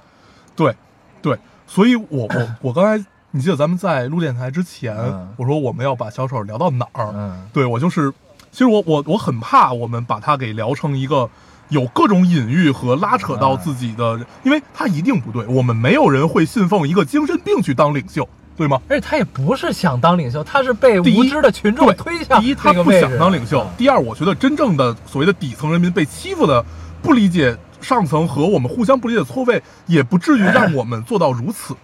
S4: 对对，所以我我我刚才你记得咱们在录电台之前
S3: 嗯，
S4: 我说我们要把小丑聊到哪儿？
S3: 嗯
S4: 对我就是，其实我我我很怕我们把它给聊成一个有各种隐喻和拉扯到自己的，因为它一定不对。我们没有人会信奉一个精神病去当领袖，对吗？
S3: 而且他也不是想当领袖，他是被
S4: 第一
S3: 无知的群众
S4: 对
S3: 推向
S4: 第一，他
S3: 这个
S4: 不
S3: 位置啊
S4: 想当领袖；第二，我觉得真正的所谓的底层人民被欺负的，不理解上层和我们互相不理解的错位，也不至于让我们做到如此。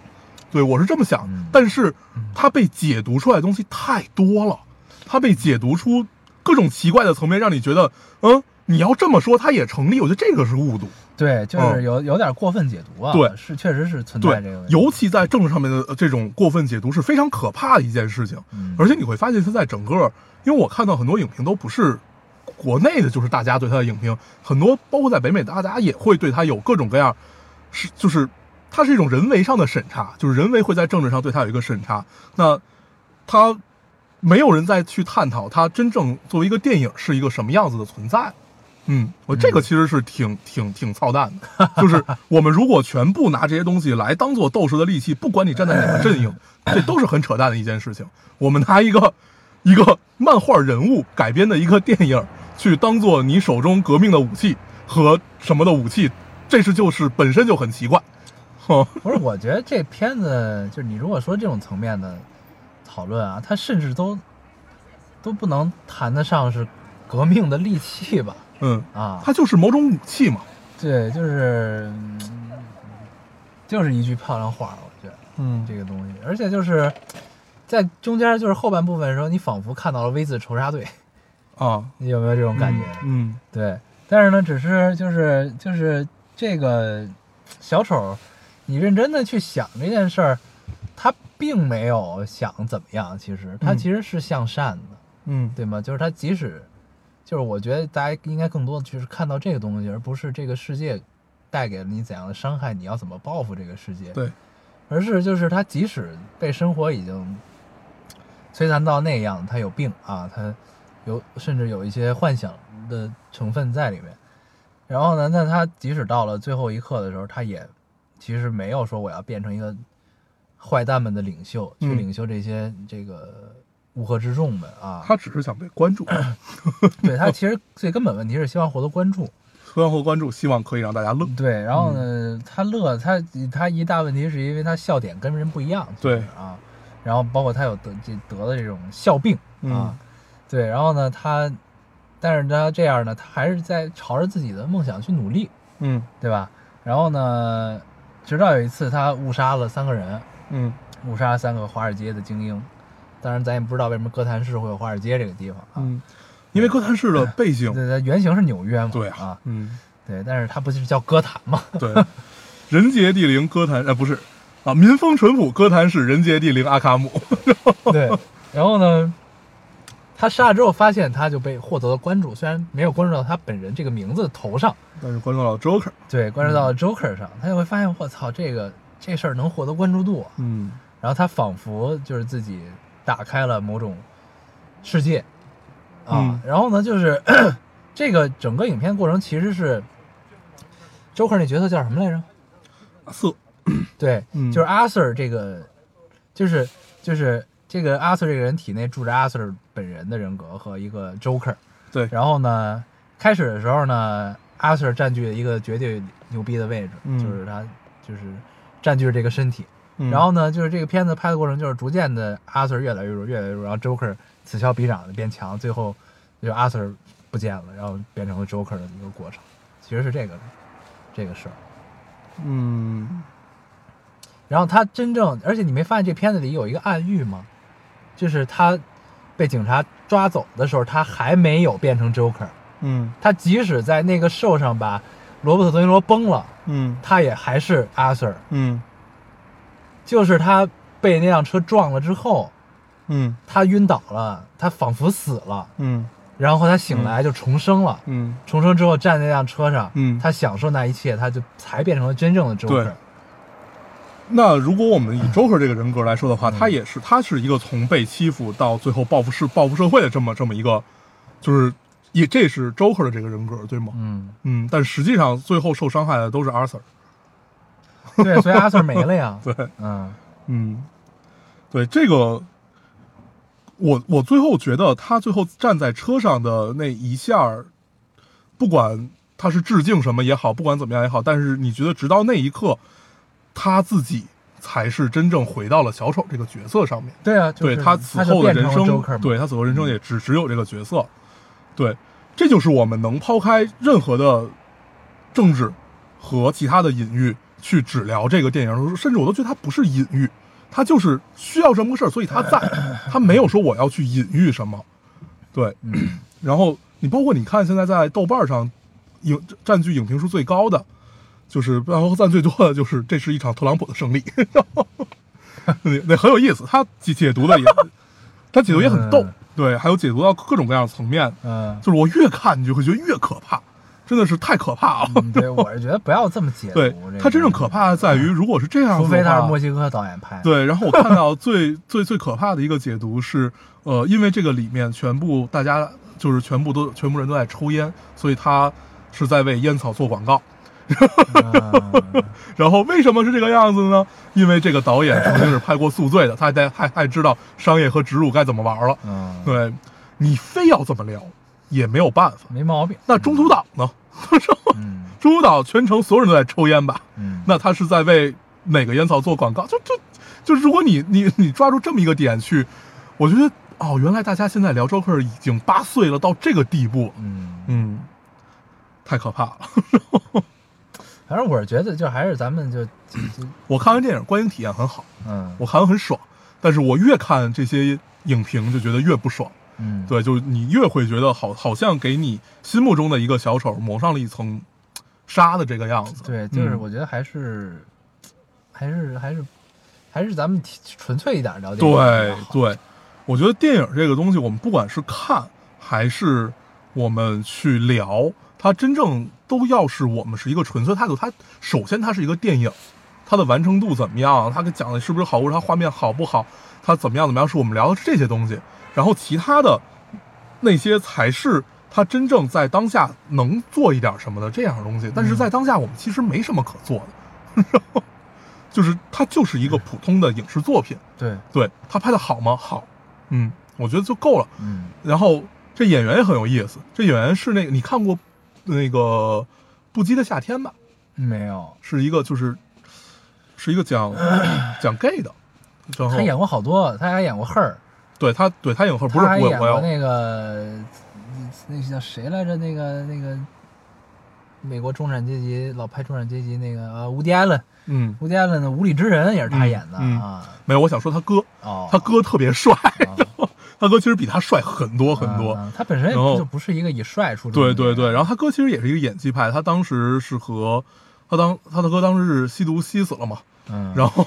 S4: 对我是这么想
S3: 嗯，
S4: 但是它被解读出来的东西太多了，它被解读出各种奇怪的层面，让你觉得，嗯，你要这么说，它也成立。我觉得这个是误读，
S3: 对，就是
S4: 嗯
S3: 有有点过分解读啊。
S4: 对
S3: 是确实是存在
S4: 对
S3: 这个问，题。
S4: 尤其在政治上面的呃这种过分解读是非常可怕的一件事情。
S3: 嗯
S4: 而且你会发现，它在整个，因为我看到很多影评都不是国内的，就是大家对它的影评，很多包括在北美，大家也会对它有各种各样，是就是它是一种人为上的审查，就是人为会在政治上对它有一个审查。那它没有人再去探讨它真正作为一个电影是一个什么样子的存在。嗯，我这个其实是挺、挺挺操蛋的，就是我们如果全部拿这些东西来当做斗士的利器，不管你站在哪个阵营，这都是很扯淡的一件事情。我们拿一个一个漫画人物改编的一个电影去当做你手中革命的武器和什么的武器，这是就是本身就很奇怪。哼，
S3: 不是，我觉得这片子就是你如果说这种层面的讨论啊，它甚至都都不能谈得上是革命的利器吧。
S4: 嗯，
S3: 啊，
S4: 它就是某种武器嘛。
S3: 对，就是嗯就是一句漂亮话，我觉得
S4: 嗯
S3: 这个东西，而且就是在中间就是后半部分的时候，你仿佛看到了 V 字仇杀队，
S4: 啊，
S3: 你有没有这种感觉？
S4: 嗯
S3: 对，但是呢，只是就是就是这个小丑，你认真的去想这件事儿，他并没有想怎么样，其实他
S4: 嗯
S3: 其实是向善的，
S4: 嗯
S3: 对吗？就是他即使就是我觉得大家应该更多的就是看到这个东西，而不是这个世界带给了你怎样的伤害，你要怎么报复这个世界，
S4: 对，
S3: 而是就是他即使被生活已经摧残到那样，他有病啊，他有甚至有一些幻想的成分在里面。然后呢，那他即使到了最后一刻的时候，他也其实没有说我要变成一个坏蛋们的领袖，去
S4: 嗯
S3: 领袖这些这个乌合之众们啊。
S4: 他只是想被关注，
S3: 对他其实最根本问题是希望获得关注。
S4: 然后关注，希望可以让大家乐。
S3: 对，然后
S4: 嗯
S3: 呢，他乐，他他一大问题是因为他笑点跟人不一样，其实
S4: 对
S3: 啊，然后包括他有得这得的这种笑病啊
S4: 嗯，
S3: 对，然后呢，他，但是他这样呢，他还是在朝着自己的梦想去努力，
S4: 嗯
S3: 对吧？然后呢，直到有一次他误杀了三个人，
S4: 嗯
S3: 误杀三个华尔街的精英，当然咱也不知道为什么哥谭市会有华尔街这个地方啊，
S4: 嗯，因为哥谭市的背景，
S3: 对，它原型是纽约嘛，
S4: 对
S3: 啊，
S4: 嗯
S3: 对，但是它不是叫哥谭嘛，
S4: 对，人杰地灵哥谭，呃不是啊，民风淳朴哥谭市，人杰地灵阿卡姆。
S3: 对，然后呢，他杀了之后发现他就被获得了关注，虽然没有关注到他本人这个名字的头上，
S4: 但是关注到 Joker，
S3: 对，关注到了 Joker 上，他就会发现我操，这个这事儿能获得关注度啊。
S4: 嗯
S3: 然后他仿佛就是自己打开了某种世界啊。
S4: 嗯
S3: 然后呢，就是 这个整个影片过程其实是 Joker 那角色叫什么来着？
S4: 阿瑟，
S3: 对，
S4: 嗯
S3: 就是阿 Sir 这个，就是就是这个阿 Sir 这个人体内住着阿 Sir 本人的人格和一个 Joker。
S4: 对，
S3: 然后呢，开始的时候呢，阿 Sir 占据了一个绝对牛逼的位置，
S4: 嗯
S3: 就是他就是占据了这个身体。
S4: 嗯
S3: 然后呢，就是这个片子拍的过程，就是逐渐的阿 Sir 越来越弱，越来越弱，然后 Joker 此消彼长的变强，最后就阿 Sir 不见了，然后变成了 Joker 的一个过程，其实是这个这个事儿。
S4: 嗯
S3: 然后他真正，而且你没发现这片子里有一个暗喻吗？就是他被警察抓走的时候，他还没有变成 Joker，
S4: 嗯
S3: 他即使在那个兽上把罗伯特·德尼罗崩了，
S4: 嗯
S3: 他也还是阿 Sir。
S4: 嗯
S3: 就是他被那辆车撞了之后，
S4: 嗯
S3: 他晕倒了，他仿佛死了，
S4: 嗯
S3: 然后他醒来就重生了。
S4: 嗯，
S3: 重生之后站在那辆车上，
S4: 嗯
S3: 他享受那一切，他就才变成了真正的 Joker
S4: 对。那如果我们以 Joker 这个人格来说的话，他也是他是一个从被欺负到最后报复社报复社会的这么这么一个，就是也这是 Joker 的这个人格对吗？
S3: 嗯，
S4: 嗯，但实际上最后受伤害的都是 Arthur。。
S3: 对，所以阿 Sir 没了呀
S4: 对，
S3: 嗯
S4: 嗯，对这个，我我最后觉得他最后站在车上的那一下儿，不管他是致敬什么也好，不管怎么样也好，但是你觉得直到那一刻，他自己才是真正回到了小丑这个角色上面。
S3: 对啊，就是、
S4: 对
S3: 他
S4: 此后的
S3: 就
S4: 人
S3: 变成了 Joker 嘛
S4: 生，对他此后人生也只只有这个角色，对，这就是我们能抛开任何的政治和其他的隐喻去只聊这个电影，甚至我都觉得它不是隐喻，它就是需要这么个事儿，所以它在，它没有说我要去隐喻什么，对，嗯 然后你包括你看现在在豆瓣上影占据影评数最高的。就是，然后赞最多的就是这是一场特朗普的胜利， 那那很有意思，他解解读的也， 他解读也很逗
S3: 嗯，
S4: 对，还有解读到各种各样的层面，
S3: 嗯，
S4: 就是我越看你就会觉得越可怕，真的是太可怕了。
S3: 嗯对，我是觉得不要这么解读。
S4: 对
S3: 这，个
S4: 他真正可，怕的在于，如果是这样，
S3: 除非他是墨。西哥导演拍。，
S4: 对，然后我看到最 最最可怕的一个解读是，呃，因为这个里面全部大家就是全部都全部人都在抽烟，所以他是在为烟草做广告。
S3: 嗯、
S4: 然后为什么是这个样子呢？因为这个导演曾经是拍过《宿醉》的，他还还还知道商业和植入该怎么玩了。
S3: 嗯
S4: 对你非要这么聊，也没有办法。
S3: 嗯没毛 病。
S4: 那中途岛呢？
S3: 嗯
S4: 中途岛全程所有人都在抽烟吧？
S3: 嗯，
S4: 那他是在为哪个烟草做广告？就就就，如果你你你抓住这么一个点去，我觉得哦，原来大家现在聊 Joker 已经八岁了，到这个地步，
S3: 嗯，
S4: 嗯，太可怕了。
S3: 反正我是觉得，就还是咱们就，就就
S4: 我看完电影观影体验很好，
S3: 嗯，
S4: 我看完很爽，但是我越看这些影评就觉得越不爽。
S3: 嗯，
S4: 对，就是你越会觉得好，好像给你心目中的一个小丑蒙上了一层纱的这个样子。
S3: 对，就是
S4: 嗯
S3: 我觉得还是，还是还是还是咱们提纯粹一点聊电影比
S4: 对
S3: 较好，
S4: 对，我觉得电影这个东西，我们不管是看还是我们去聊，它真正都要是我们是一个纯粹态度。它首先它是一个电影，它的完成度怎么样，它给讲的是不是好故事，它画面好不好，它怎么样怎么样，是我们聊的这些东西。然后其他的那些才是它真正在当下能做一点什么的这样的东西。但是在当下，我们其实没什么可做的。 就是它就是一个普通的影视作品，
S3: 对，
S4: 对他拍的好吗？好，嗯，我觉得就够了。
S3: 嗯，
S4: 然后这演员也很有意思，这演员是那个你看过那个《不羁的夏天》吧？
S3: 没有，
S4: 是一个就是是一个 讲讲 gay 的，然后
S3: 他演过好多，他还演过《Her》，
S4: 对他对他演后不是
S3: 他还
S4: 我
S3: 演
S4: 我
S3: 过
S4: 要
S3: 那个那那叫谁来着？那个那个美国中产阶级老拍中产阶级那个呃，伍迪·艾伦，
S4: 嗯
S3: 伍迪·艾伦的《无理之人》也是他
S4: 嗯
S3: 演的
S4: 嗯
S3: 啊。
S4: 没有，我想说他哥，
S3: 哦，
S4: 他哥特别帅，
S3: 啊
S4: 他哥其实比他帅很多很多。
S3: 啊他嗯本身也
S4: 然后
S3: 就不是一个以帅出众的
S4: 对
S3: 人。
S4: 对对，然后他哥其实也是一个演技派，他当时是和他当他的哥当时是吸毒吸死了嘛，
S3: 嗯，
S4: 然后，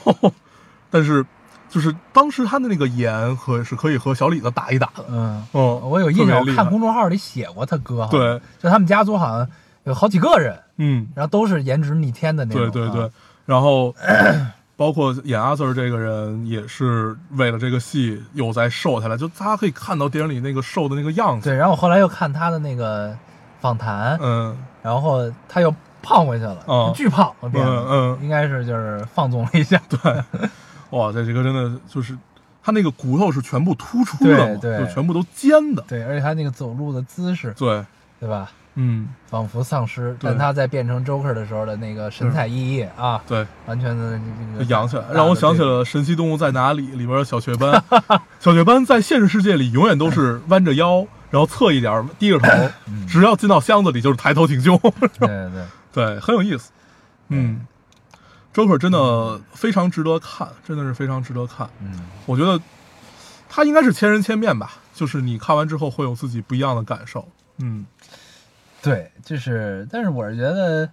S4: 但是就是当时他的那个演可是可以和小李子打一打的，
S3: 嗯，
S4: 嗯，
S3: 我有印象，
S4: 特
S3: 我
S4: 别厉害
S3: 看公众号里写过他哥，好像
S4: 对，
S3: 就他们家族好像有好几个人，
S4: 嗯，
S3: 然后都是颜值逆天的那种
S4: 对
S3: 啊。
S4: 对对，然后包括演阿 Sir 这个人也是为了这个戏又在瘦下来，就大家可以看到电影里那个瘦的那个样子，
S3: 对，然后我后来又看他的那个访谈，
S4: 嗯，
S3: 然后他又胖回去了，
S4: 嗯
S3: 巨胖，我变得
S4: 嗯嗯
S3: 应该是就是放纵了一下，
S4: 哇，这这个真的就是他那个骨头是全部突出的嘛，
S3: 对对
S4: 就全部都尖的，
S3: 对，而且他那个走路的姿势，
S4: 对，
S3: 对吧？
S4: 嗯，
S3: 仿佛丧尸，
S4: 对
S3: 但他在变成 Joker 的时候的那个神采奕奕啊，
S4: 对。
S3: 完全的这
S4: 就
S3: 个
S4: 养起来，让我想起了《神奇动物在哪里》里边的小雀斑。小雀斑在现实世界里永远都是弯着腰，然后侧一点儿，低着头，只要进到箱子里就是抬头挺胸。
S3: 对对对，
S4: 对，很有意思。嗯，Joker 真的非常值得看，真的是非常值得看。
S3: 嗯，
S4: 我觉得它应该是千人千面吧，就是你看完之后会有自己不一样的感受。嗯
S3: 对，就是，但是我是觉得，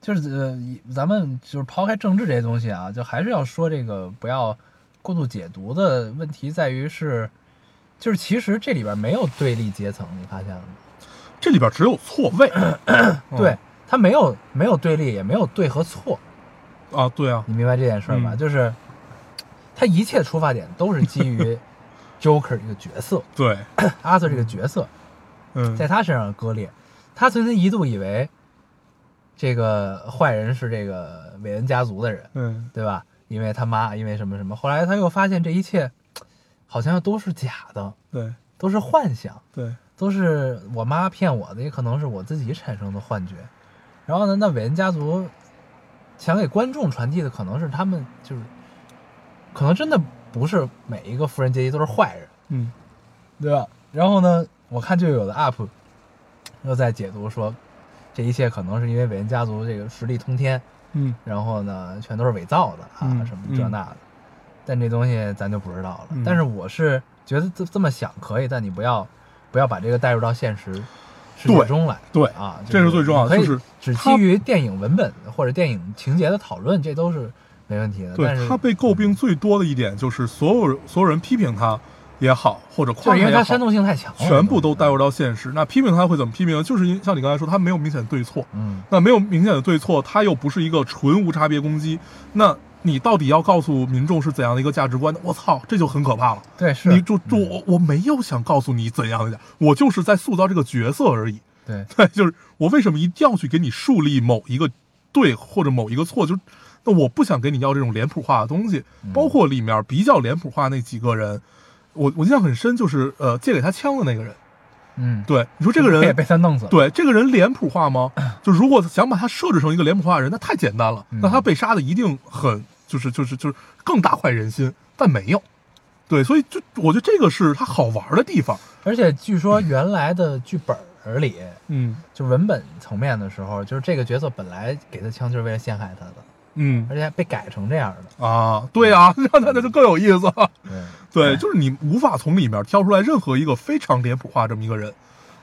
S3: 就是呃，以咱们就是抛开政治这些东西啊，就还是要说这个不要过度解读的问题在于是，就是其实这里边没有对立阶层，你发现了吗？
S4: 这里边只有错位嗯
S3: 对，它没有没有对立，也没有对和错，
S4: 啊，对啊，
S3: 你明白这件事儿吧？
S4: 嗯
S3: 就是它一切出发点都是基于 Joker 这个角色，
S4: 对，
S3: 阿瑟这个角色，
S4: 嗯，
S3: 在他身上割裂。他曾经一度以为这个坏人是这个韦恩家族的人，
S4: 嗯，
S3: 对吧？因为他妈，因为什么什么。后来他又发现这一切好像都是假的，
S4: 对
S3: 都是幻想，
S4: 对，
S3: 都是我妈骗我的，也可能是我自己产生的幻觉。然后呢，那韦恩家族想给观众传递的可能是他们就是，可能真的不是每一个富人阶级都是坏人。
S4: 嗯
S3: 对吧？然后呢，我看就有的 UP 又在解读说，这一切可能是因为韦恩家族这个实力通天，
S4: 嗯
S3: 然后呢，全都是伪造的啊，
S4: 嗯
S3: 什么这那的。但这东西咱就不知道了。
S4: 嗯
S3: 但是我是觉得这这么想可以，但你不要不要把这个带入到现实世界
S4: 对
S3: 中来。
S4: 对
S3: 啊，
S4: 这是最重要
S3: 可
S4: 的
S3: 以
S4: 就是
S3: 只
S4: 它
S3: 基于电影文本或者电影情节的讨论，这都是没问题的。但
S4: 对
S3: 是
S4: 他被诟病最多的一点就是所有人所有人批评他也好，或者
S3: 就
S4: 夸
S3: 是因为
S4: 也
S3: 它
S4: 好，
S3: 煽动性太强了，
S4: 全部都带入
S3: 到
S4: 到现实。那批评他会怎么批评呢？就是因像你刚才说，他没有明显对错。
S3: 嗯
S4: 那没有明显的对错，他又不是一个纯无差别攻击，那你到底要告诉民众是怎样的一个价值观呢？我操，这就很可怕了。
S3: 对是嗯
S4: 你就就我我没有想告诉你怎样的价，我就是在塑造这个角色而已。
S3: 对
S4: 对，就是我为什么一定要去给你树立某一个对或者某一个错？就是那我不想给你要这种脸谱化的东西，
S3: 嗯
S4: 包括里面比较脸谱化那几个人，我我印象很深，就是呃借给他枪的那个人。
S3: 嗯
S4: 对，你说这个
S3: 也
S4: 人
S3: 被他弄死了。
S4: 对这个人脸谱化吗？就如果想把他设置成一个脸谱化的人，那太简单
S3: 嗯
S4: 了，那他被杀的一定很就是就是就是更大快人心，但没有。对，所以就我觉得这个是它好玩的地方。
S3: 而且据说原来的剧本儿里，
S4: 嗯
S3: 就文本层面的时候，就是这个角色本来给他枪就是为了陷害他的，
S4: 嗯
S3: 而且还被改成这样的。
S4: 啊，对啊， 让大家就更有意思了。
S3: 对，
S4: 对，就是你无法从里面挑出来任何一个非常脸谱化这么一个人，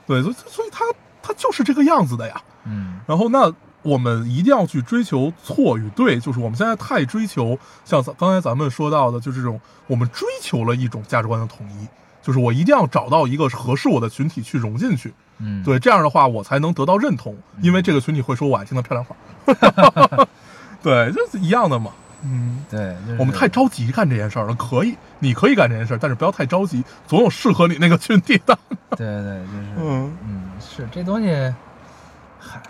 S4: 对，所以所以他他就是这个样子的呀。
S3: 嗯
S4: 然后那我们一定要去追求错与对，就是我们现在太追求像咱刚才咱们说到的，就是这种我们追求了一种价值观的统一，就是我一定要找到一个合适我的群体去融进去，
S3: 嗯，
S4: 对，这样的话我才能得到认同，因为这个群体会说我爱听的漂亮话， 对，就是一样的嘛，嗯。
S3: 对，就是
S4: 我们太着急干这件事儿了，可以，你可以干这件事儿，但是不要太着急，总有适合你那个群体的。
S3: 对对，就是
S4: 嗯，
S3: 嗯，是这东西，嗨，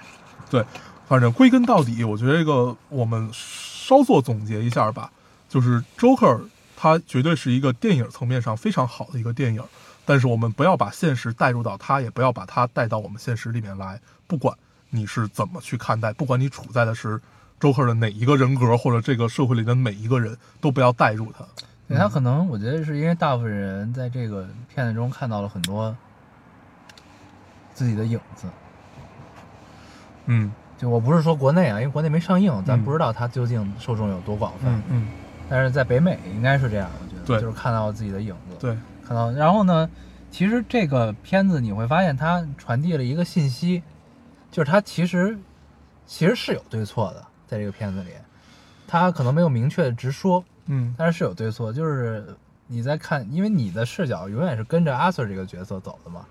S4: 对，反正归根到底，我觉得这个我们稍作总结一下吧，就是《Joker》它绝对是一个电影层面上非常好的一个电影，但是我们不要把现实带入到它，也不要把它带到我们现实里面来。不管你是怎么去看待，不管你处在的是 Joker 的哪一个人格，或者这个社会里的每一个人，都不要带入他。
S3: 对他可能我觉得是因为大部分人在这个片子中看到了很多自己的影子。
S4: 嗯
S3: 就我不是说国内啊，因为国内没上映，咱
S4: 嗯
S3: 不知道它究竟受众有多广泛。
S4: 嗯嗯，
S3: 但是在北美应该是这样，我觉得，
S4: 对
S3: 就是看到自己的影子，，
S4: 对，
S3: 看到。然后呢，其实这个片子你会发现，它传递了一个信息，就是它其实其实是有对错的，在这个片子里，它可能没有明确的直说，
S4: 嗯
S3: 但是是有对错，就是你在看，因为你的视角永远是跟着阿 Sir 这个角色走的嘛，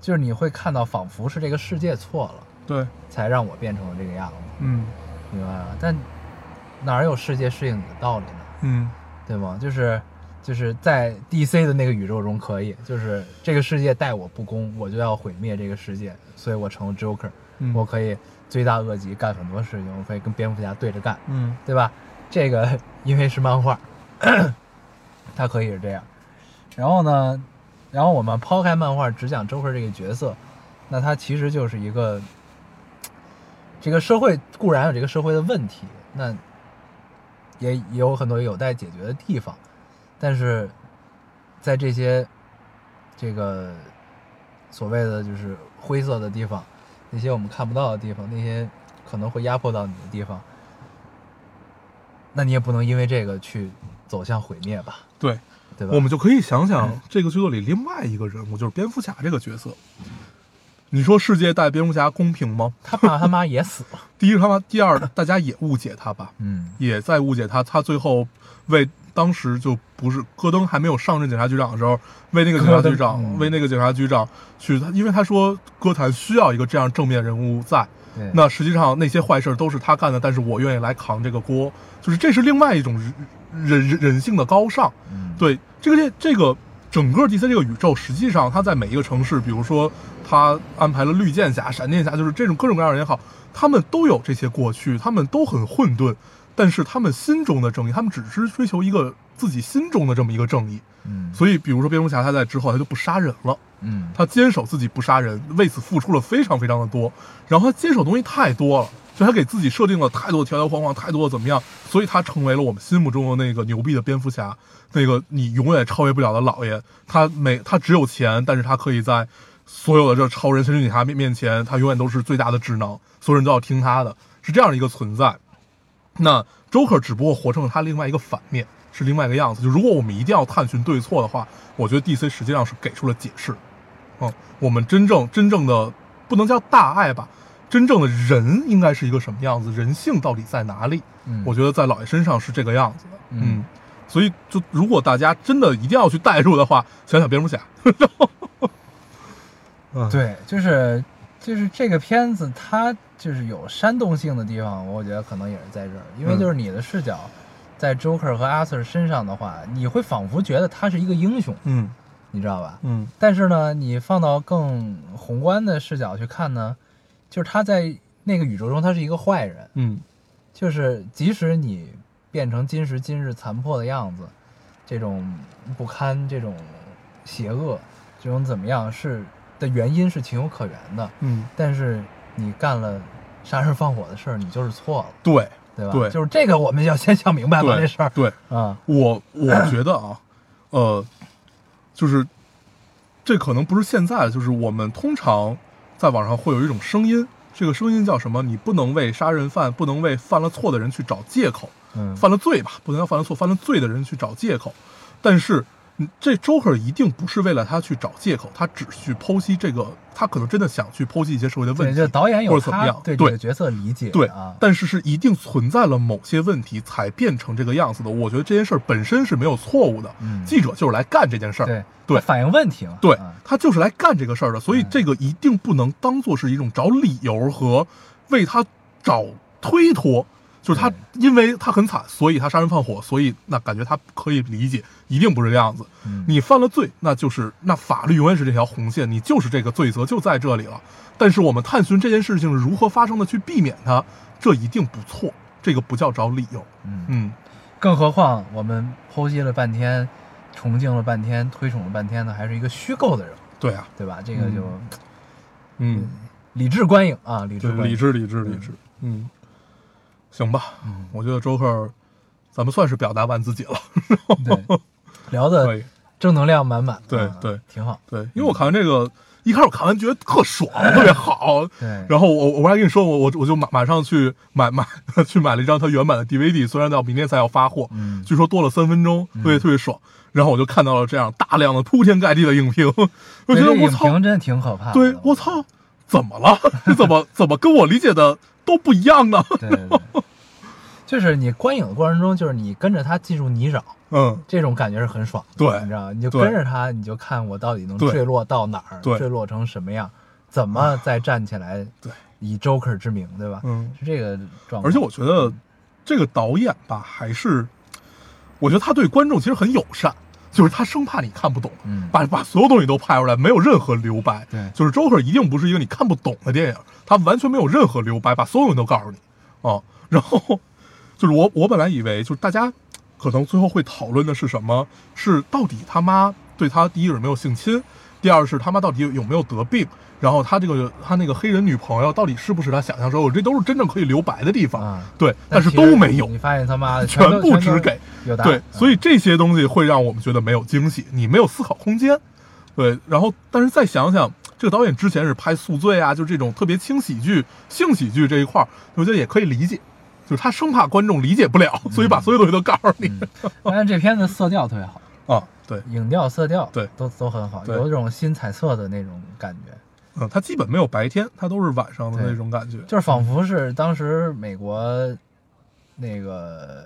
S3: 就是你会看到仿佛是这个世界错了，
S4: 对，
S3: 才让我变成了这个样子，
S4: 嗯
S3: 明白吗？但哪有世界适应你的道理呢？
S4: 嗯
S3: 对吗？就是就是在 DC 的那个宇宙中可以，就是这个世界待我不公，我就要毁灭这个世界，所以我成了 Joker，、
S4: 嗯，
S3: 我可以罪大恶极，干很多事情，我可以跟蝙蝠侠对着干，
S4: 嗯
S3: 对吧？这个 因为是漫画， 它可以是这样。然后呢，然后我们抛开漫画，只讲 Joker 这个角色，那他其实就是一个，这个社会固然有这个社会的问题，那也也有很多有待解决的地方，但是在这些这个所谓的就是灰色的地方，那些我们看不到的地方，那些可能会压迫到你的地方，那你也不能因为这个去走向毁灭吧，
S4: 对，
S3: 对吧？嗯
S4: 我们就可以想想这个剧作里另外一个人物，就是蝙蝠侠这个角色。你说世界待蝙蝠侠公平吗？
S3: 他爸他妈也死了，
S4: 第一是他妈，第二大家也误解他吧，
S3: 嗯
S4: 也在误解他。他最后为当时就不是戈登还没有上任警察局长的时候，为那个警察
S3: 戈
S4: 局
S3: 登嗯
S4: 长，为那个警察局长去，他因为他说歌坛需要一个这样正面人物在，
S3: 对，
S4: 那实际上那些坏事儿都是他干的，但是我愿意来扛这个锅，就是这是另外一种人人人人性的高尚。
S3: 嗯
S4: 对这个这这个整个 DC 这个宇宙，实际上它在每一个城市，比如说它安排了绿箭侠、闪电侠，就是这种各种各样的人也好，他们都有这些过去，他们都很混沌，但是他们心中的正义，他们只是追求一个自己心中的这么一个正义。
S3: 嗯
S4: 所以，比如说蝙蝠侠，他在之后他就不杀人了。
S3: 嗯
S4: 他坚守自己不杀人，为此付出了非常非常的多。然后他坚守东西太多了，所以他给自己设定了太多的条条框框，太多的怎么样，所以他成为了我们心目中的那个牛逼的蝙蝠侠，那个你永远超越不了的老爷。他没他只有钱，但是他可以在所有的这超人、神奇警察面面前，他永远都是最大的智囊，所有人都要听他的，是这样一个存在。那 Joker 只不过活成了他另外一个反面，是另外一个样子。就如果我们一定要探寻对错的话，我觉得 DC 实际上是给出了解释。嗯，我们真正真正的不能叫大爱吧，真正的人应该是一个什么样子，人性到底在哪里？
S3: 嗯
S4: 我觉得在老爷身上是这个样子的。
S3: 嗯
S4: 嗯，所以就如果大家真的一定要去代入的话，想想蝙蝠侠。 嗯，
S3: 对，就是就是这个片子它就是有煽动性的地方，我觉得可能也是在这儿，因为
S4: 嗯
S3: 就是你的视角在 Joker 和阿 Sir 身上的话，你会仿佛觉得他是一个英雄，
S4: 嗯
S3: 你知道吧？
S4: 嗯
S3: 但是呢，你放到更宏观的视角去看呢，就是他在那个宇宙中他是一个坏人，
S4: 嗯
S3: 就是即使你变成今时今日残破的样子，这种不堪、这种邪恶、这种怎么样是的原因是情有可原的，
S4: 嗯，
S3: 但是你干了杀人放火的事儿，你就是错了，
S4: 对
S3: 对吧？
S4: 对
S3: 就是这个我们要先想明白了这
S4: 对
S3: 事儿
S4: 对，
S3: 啊，
S4: 我我觉得啊，呃，就是这可能不是现在，就是我们通常在网上会有一种声音，这个声音叫什么？你不能为杀人犯，不能为犯了错的人去找借口，
S3: 嗯，
S4: 犯了罪吧，不能让犯了错、犯了罪的人去找借口。但是，嗯这 Joker 一定不是为了他去找借口，他只去剖析这个，他可能真的想去剖析一些社会的问
S3: 对，
S4: 题，
S3: 就导演
S4: 或
S3: 有
S4: 者怎么
S3: 他
S4: 样，
S3: 对这个
S4: 对
S3: 角色理解
S4: 对
S3: 啊，
S4: 但是是一定存在了某些问题才变成这个样子的。我觉得这件事儿本身是没有错误的，
S3: 嗯
S4: 记者就是来干这件事儿，
S3: 对
S4: 对
S3: 他反映问题嘛，
S4: 对
S3: 啊嗯
S4: 他就是来干这个事儿的，所以这个一定不能当做是一种找理由和为他找推脱。就是他
S3: 对，
S4: 因为他很惨，所以他杀人放火，所以那感觉他可以理解，一定不是这样子。
S3: 嗯
S4: 你犯了罪，那就是那法律永远是这条红线，你就是这个罪责就在这里了。但是我们探寻这件事情是如何发生的，去避免它，这一定不错。这个不叫找理由，
S3: 嗯，
S4: 嗯，
S3: 更何况我们剖析了半天，崇敬了半天，推崇了半天的，还是一个虚构的人，
S4: 对啊，
S3: 对吧？这个就
S4: 嗯，
S3: 理智观影啊，理智
S4: 对，
S3: 观影，
S4: 理智，理智，理智，嗯，行吧，我觉得周克，咱们算是表达完自己 了，
S3: 对，聊
S4: 可
S3: 的
S4: 以，
S3: 正能量满满，
S4: 对
S3: 啊
S4: 对
S3: 挺好，
S4: 对，因为我看完这个，一开始我看完觉得特爽，特别 好，
S3: 对
S4: 然后我我还跟你说，我我我就马马上去买 买去买了一张它原版的 DVD，虽然到明天才要发货，
S3: 嗯
S4: 据说多了三分钟，特别特别爽。然后我就看到了这样大量的铺天盖地的影评， 我
S3: 对
S4: 觉得
S3: 这个
S4: 我
S3: 影
S4: 操，
S3: 评真的挺可怕的，
S4: 对我操，怎么了？ 这怎么怎么跟我理解的都不一 样呢？
S3: 对，对对就是你观影的过程中，就是你跟着他进入泥沼，
S4: 嗯，
S3: 这种感觉是很爽的，
S4: 对
S3: 你知道，你就
S4: 对
S3: 跟着他，你就看我到底能
S4: 对
S3: 坠落到哪儿，
S4: 对啊
S3: 坠落成什么样，怎么再站起来，
S4: 对，
S3: 以 Joker 之名，对吧？
S4: 嗯
S3: 是这个状况。
S4: 而且我觉得这个导演吧，还是我觉得他对观众其实很友善，就是他生怕你看不懂，
S3: 嗯
S4: 把把所有东西都拍出来，没有任何留白。
S3: 对
S4: 就是 Joker 一定不是一个你看不懂的电影，他完全没有任何留白，把所有东西都告诉你啊。然后就是我我本来以为就是大家可能最后会讨论的是什么？是到底他妈对他第一有没有性侵，第二是他妈到底有有没有得病，然后他这个他那个黑人女朋友到底是不是他想象中的，这都是真正可以留白的地方。
S3: 啊
S4: 对，但是
S3: 其实
S4: 都没有
S3: 你。发现他妈的
S4: 全
S3: 都
S4: 部只
S3: 都
S4: 给
S3: 有答案，嗯
S4: 对，所以这些东西会让我们觉得没有惊喜，你没有思考空间。对，然后但是再想想，这个导演之前是拍《宿醉》啊，就这种特别轻喜剧、性喜剧这一块儿，我觉得也可以理解，就是他生怕观众理解不了，
S3: 嗯
S4: 所以把所有东西都告诉你、
S3: 发现这片子色调特别好，
S4: 啊。对，
S3: 影调、色调
S4: 对
S3: 都都很好，
S4: 对
S3: 有一种新彩色的那种感觉。
S4: 嗯，他基本没有白天，他都是晚上的
S3: 对
S4: 那种感觉。
S3: 就是仿佛是当时美国那个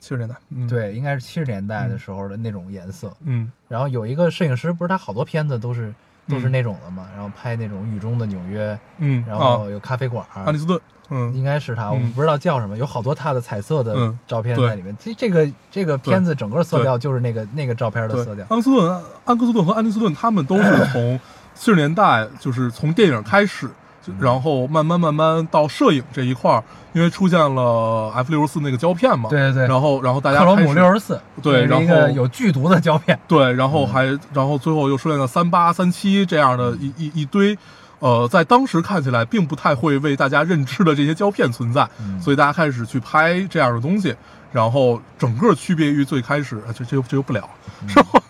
S4: 七十年代，嗯，，
S3: 对，应该是七十年代的时候的那种颜色。
S4: 嗯，
S3: 然后有一个摄影师，不是他好多片子都是都是
S4: 嗯
S3: 那种的嘛，然后拍那种雨中的纽约，
S4: 嗯，
S3: 然
S4: 啊
S3: 后有咖啡馆儿，
S4: 安利斯顿，嗯，
S3: 应该是他，我
S4: 嗯
S3: 不知道叫什么，有好多他的彩色的
S4: 嗯
S3: 照片
S4: 对
S3: 在里面。这这个这个片子整个色
S4: 对
S3: 调就是那个那个照片的
S4: 对
S3: 色调，。
S4: 安斯顿、安克斯顿和安利斯顿他们都 是从四十年代，就是从电影开始，就
S3: 嗯
S4: 然后慢慢慢慢到摄影这一块儿，因为出现了 F 六十四那个胶片嘛，
S3: 对对对
S4: 然后然后大家
S3: 克罗姆
S4: 开始
S3: 六十嗯四，
S4: 对
S3: 这是一
S4: 然后
S3: 个有剧毒的胶片，
S4: 对，然后还、然后最后又出现了三八、三七这样
S3: 嗯
S4: 的一一一堆，呃，在当时看起来并不太会为大家认知的这些胶片存在，
S3: 嗯
S4: 所以大家开始去拍这样的东西，然后整个区别于最开始，啊这这又这又不聊，是吧？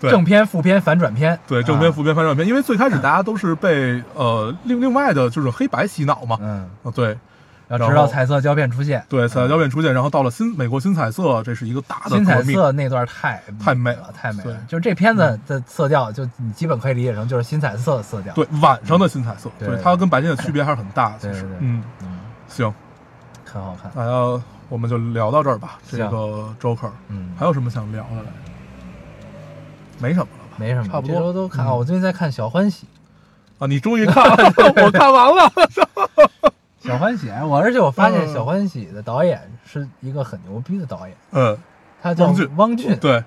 S4: 对
S3: 正片、副片、反转片，
S4: 对，正片、
S3: 啊
S4: 负片、反转片，因为最开始大家都是被呃另另外的就是黑白洗脑嘛，
S3: 嗯，
S4: 啊，对
S3: 然后直
S4: 然
S3: 到
S4: 后
S3: 彩色胶片出现，
S4: 对，彩色胶片出现，然后到了新美国新彩色，这是一个大的
S3: 嗯新彩
S4: 革命，
S3: 色那段太
S4: 太美了
S3: 了，太美
S4: 对嗯
S3: 了。就是这片子的色调，就你基本可以理解成就是新彩色的色调。
S4: 对，晚上的新彩色，
S3: 对
S4: 对，它跟白天的区别还是很大的，其
S3: 对
S4: 实
S3: 对，对
S4: 嗯，
S3: 嗯，
S4: 行，
S3: 很好看。
S4: 大家我们就聊到这儿吧，这
S3: 行
S4: 个 Joker，
S3: 嗯
S4: 还有什么想聊的来着？没什么了吧？
S3: 没什么，
S4: 差不
S3: 这
S4: 多嗯
S3: 周都看。哦我最近在看《小欢喜
S4: 啊，你终于看了，我看完了，》，
S3: 《小欢喜》，哎我而且我发现
S4: 嗯
S3: 《小欢喜》的导演是一个很牛逼的导演，
S4: 嗯，
S3: 他叫
S4: 汪俊哦
S3: 汪俊，
S4: 对，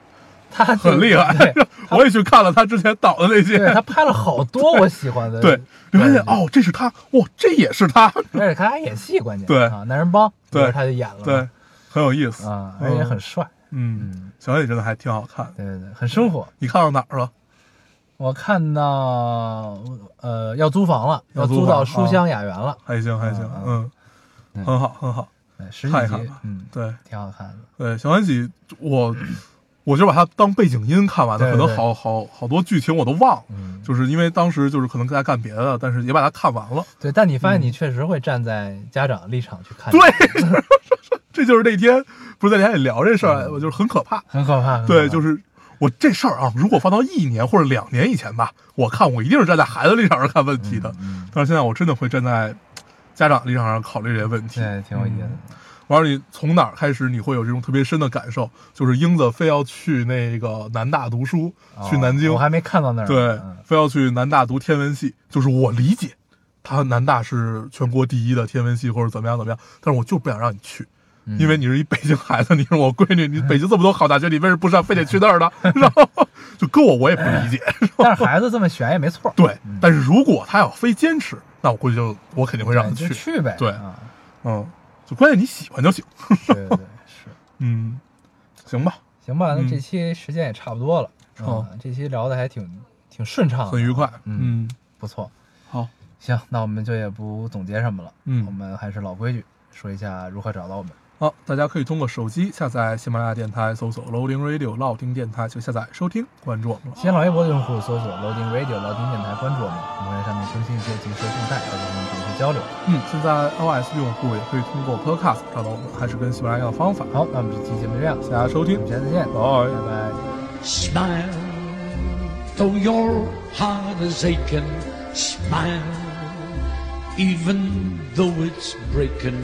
S3: 他就
S4: 很厉害
S3: 对，
S4: 我也去看了他之前导的那些，
S3: 对他拍了好多我喜欢的，
S4: 对，你发现
S3: 对
S4: 哦，这是他，哇，这也是他，
S3: 而且他还演戏，关键
S4: 对
S3: 啊，男人帮，
S4: 对
S3: 里边他就演了嘛，
S4: 对，很有意思
S3: 啊，而且很帅，
S4: 嗯
S3: 嗯，
S4: 小野真的还挺好看的。
S3: 对对对，很生活。
S4: 你看到哪儿了？
S3: 我看到呃要租房了，
S4: 要
S3: 要
S4: 租
S3: 租
S4: 房
S3: 到书
S4: 啊
S3: 香雅园了，
S4: 还行还行
S3: 啊，
S4: 嗯，
S3: 嗯
S4: 很好很好，
S3: 哎十几
S4: 看一看
S3: 集
S4: 吧，
S3: 嗯，
S4: 对
S3: 挺好看的。
S4: 对，小欢喜，我我就把它当背景音看完的，
S3: 对
S4: 可能
S3: 对
S4: 好好好多剧情我都忘了，
S3: 嗯
S4: 就是因为当时就是可能在干别的，但是也把它看完了。
S3: 对，但你发现你确实会站在家长立场去看，
S4: 嗯对，， 这就是那天不是在家里聊这事儿，
S3: 嗯
S4: 我就是很可怕。
S3: 很可怕。
S4: 对，就是是我这事儿啊，如果放到一年或者两年以前吧，我看我一定是站在孩子立场上看问题的，
S3: 嗯
S4: 但是现在我真的会站在家长立场上考虑这些问题。
S3: 对，挺有意思的。
S4: 我告诉你，从哪儿开始你会有这种特别深的感受，就是英子非要去那个南大读书，
S3: 哦
S4: 去南京
S3: 我，还没看到那儿呢。
S4: 对
S3: 嗯，
S4: 非要去南大读天文系，就是我理解，他南大是全国第一的天文系或者怎么样怎么样，但是我就不想让你去，
S3: 嗯
S4: 因为你是一北京孩子，你是我闺女，你北京这么多好大学，你为什么不上，非得去那儿 呢？然后就搁我我也不理解，
S3: 但是孩子这么选也没错儿，
S4: 对，但是如果他要非坚持，那我估计就我肯定会让
S3: 对
S4: 他
S3: 就
S4: 去，
S3: 去呗。
S4: 对
S3: 啊
S4: 嗯，就关键你喜欢就行，
S3: 对对对，是。
S4: 嗯，行吧，
S3: 行吧，那
S4: 嗯哦
S3: 这期时间也差不多了，
S4: 好
S3: 嗯，这期聊的还挺挺顺畅的，
S4: 很愉快，
S3: 嗯
S4: 嗯，
S3: 不错。
S4: 好，
S3: 行，那我们就也不总结什么了，
S4: 嗯
S3: 我们还是老规矩，说一下如何找到我们。
S4: 好，大家可以通过手机下载喜马拉雅电台，搜索 Loading Radio 老听电台就下载收听，关注我们了。
S3: 新浪微博的用户搜索 Loading Radio 老丁电台，关注我们，我们会在上面更新一些即时动态，和我们主动去交流。
S4: 嗯，现在 iOS 用户也可以通过 Podcast 找到我们，还是跟喜马拉雅的方法。
S3: 好，那我们这期节目就这样，
S4: 谢谢大家收
S3: 我
S4: 听
S3: 们，下次见，
S4: 拜
S3: 拜拜。
S5: Smile, though your heart is aching. Smile, even though it's breaking.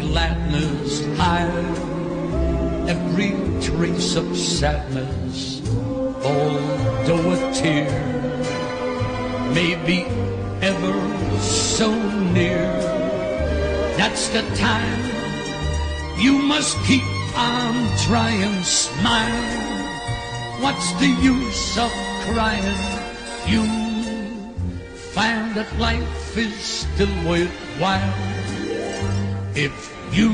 S5: gladness, hide every trace of sadness, although a tear may be ever so near. That's the time you must keep on trying, smile. What's the use of crying? You find that life is still worthwhile if you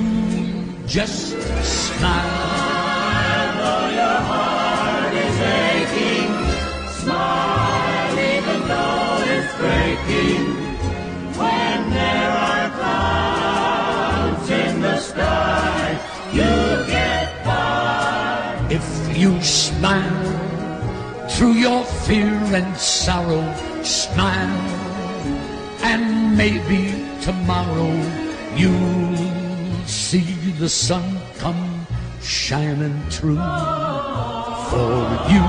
S5: just smile. If you smile through your fear and sorrow, smile, and maybe tomorrow you'll see the sun come shining through for you.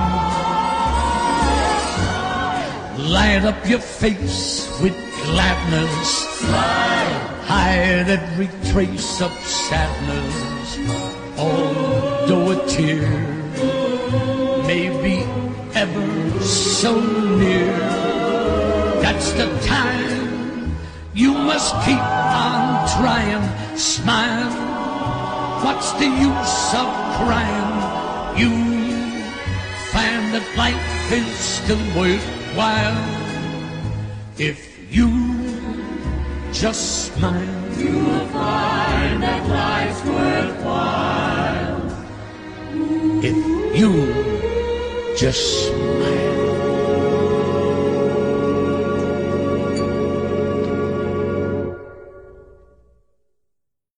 S5: Light up your face with gladness hide every trace of sadness. Although a tear may be ever so near, that's the time you must keep on trying. Smile, what's the use of crying? You find that life is still worthwhile if you just smile. You will find that life's worthwhile if you just smile.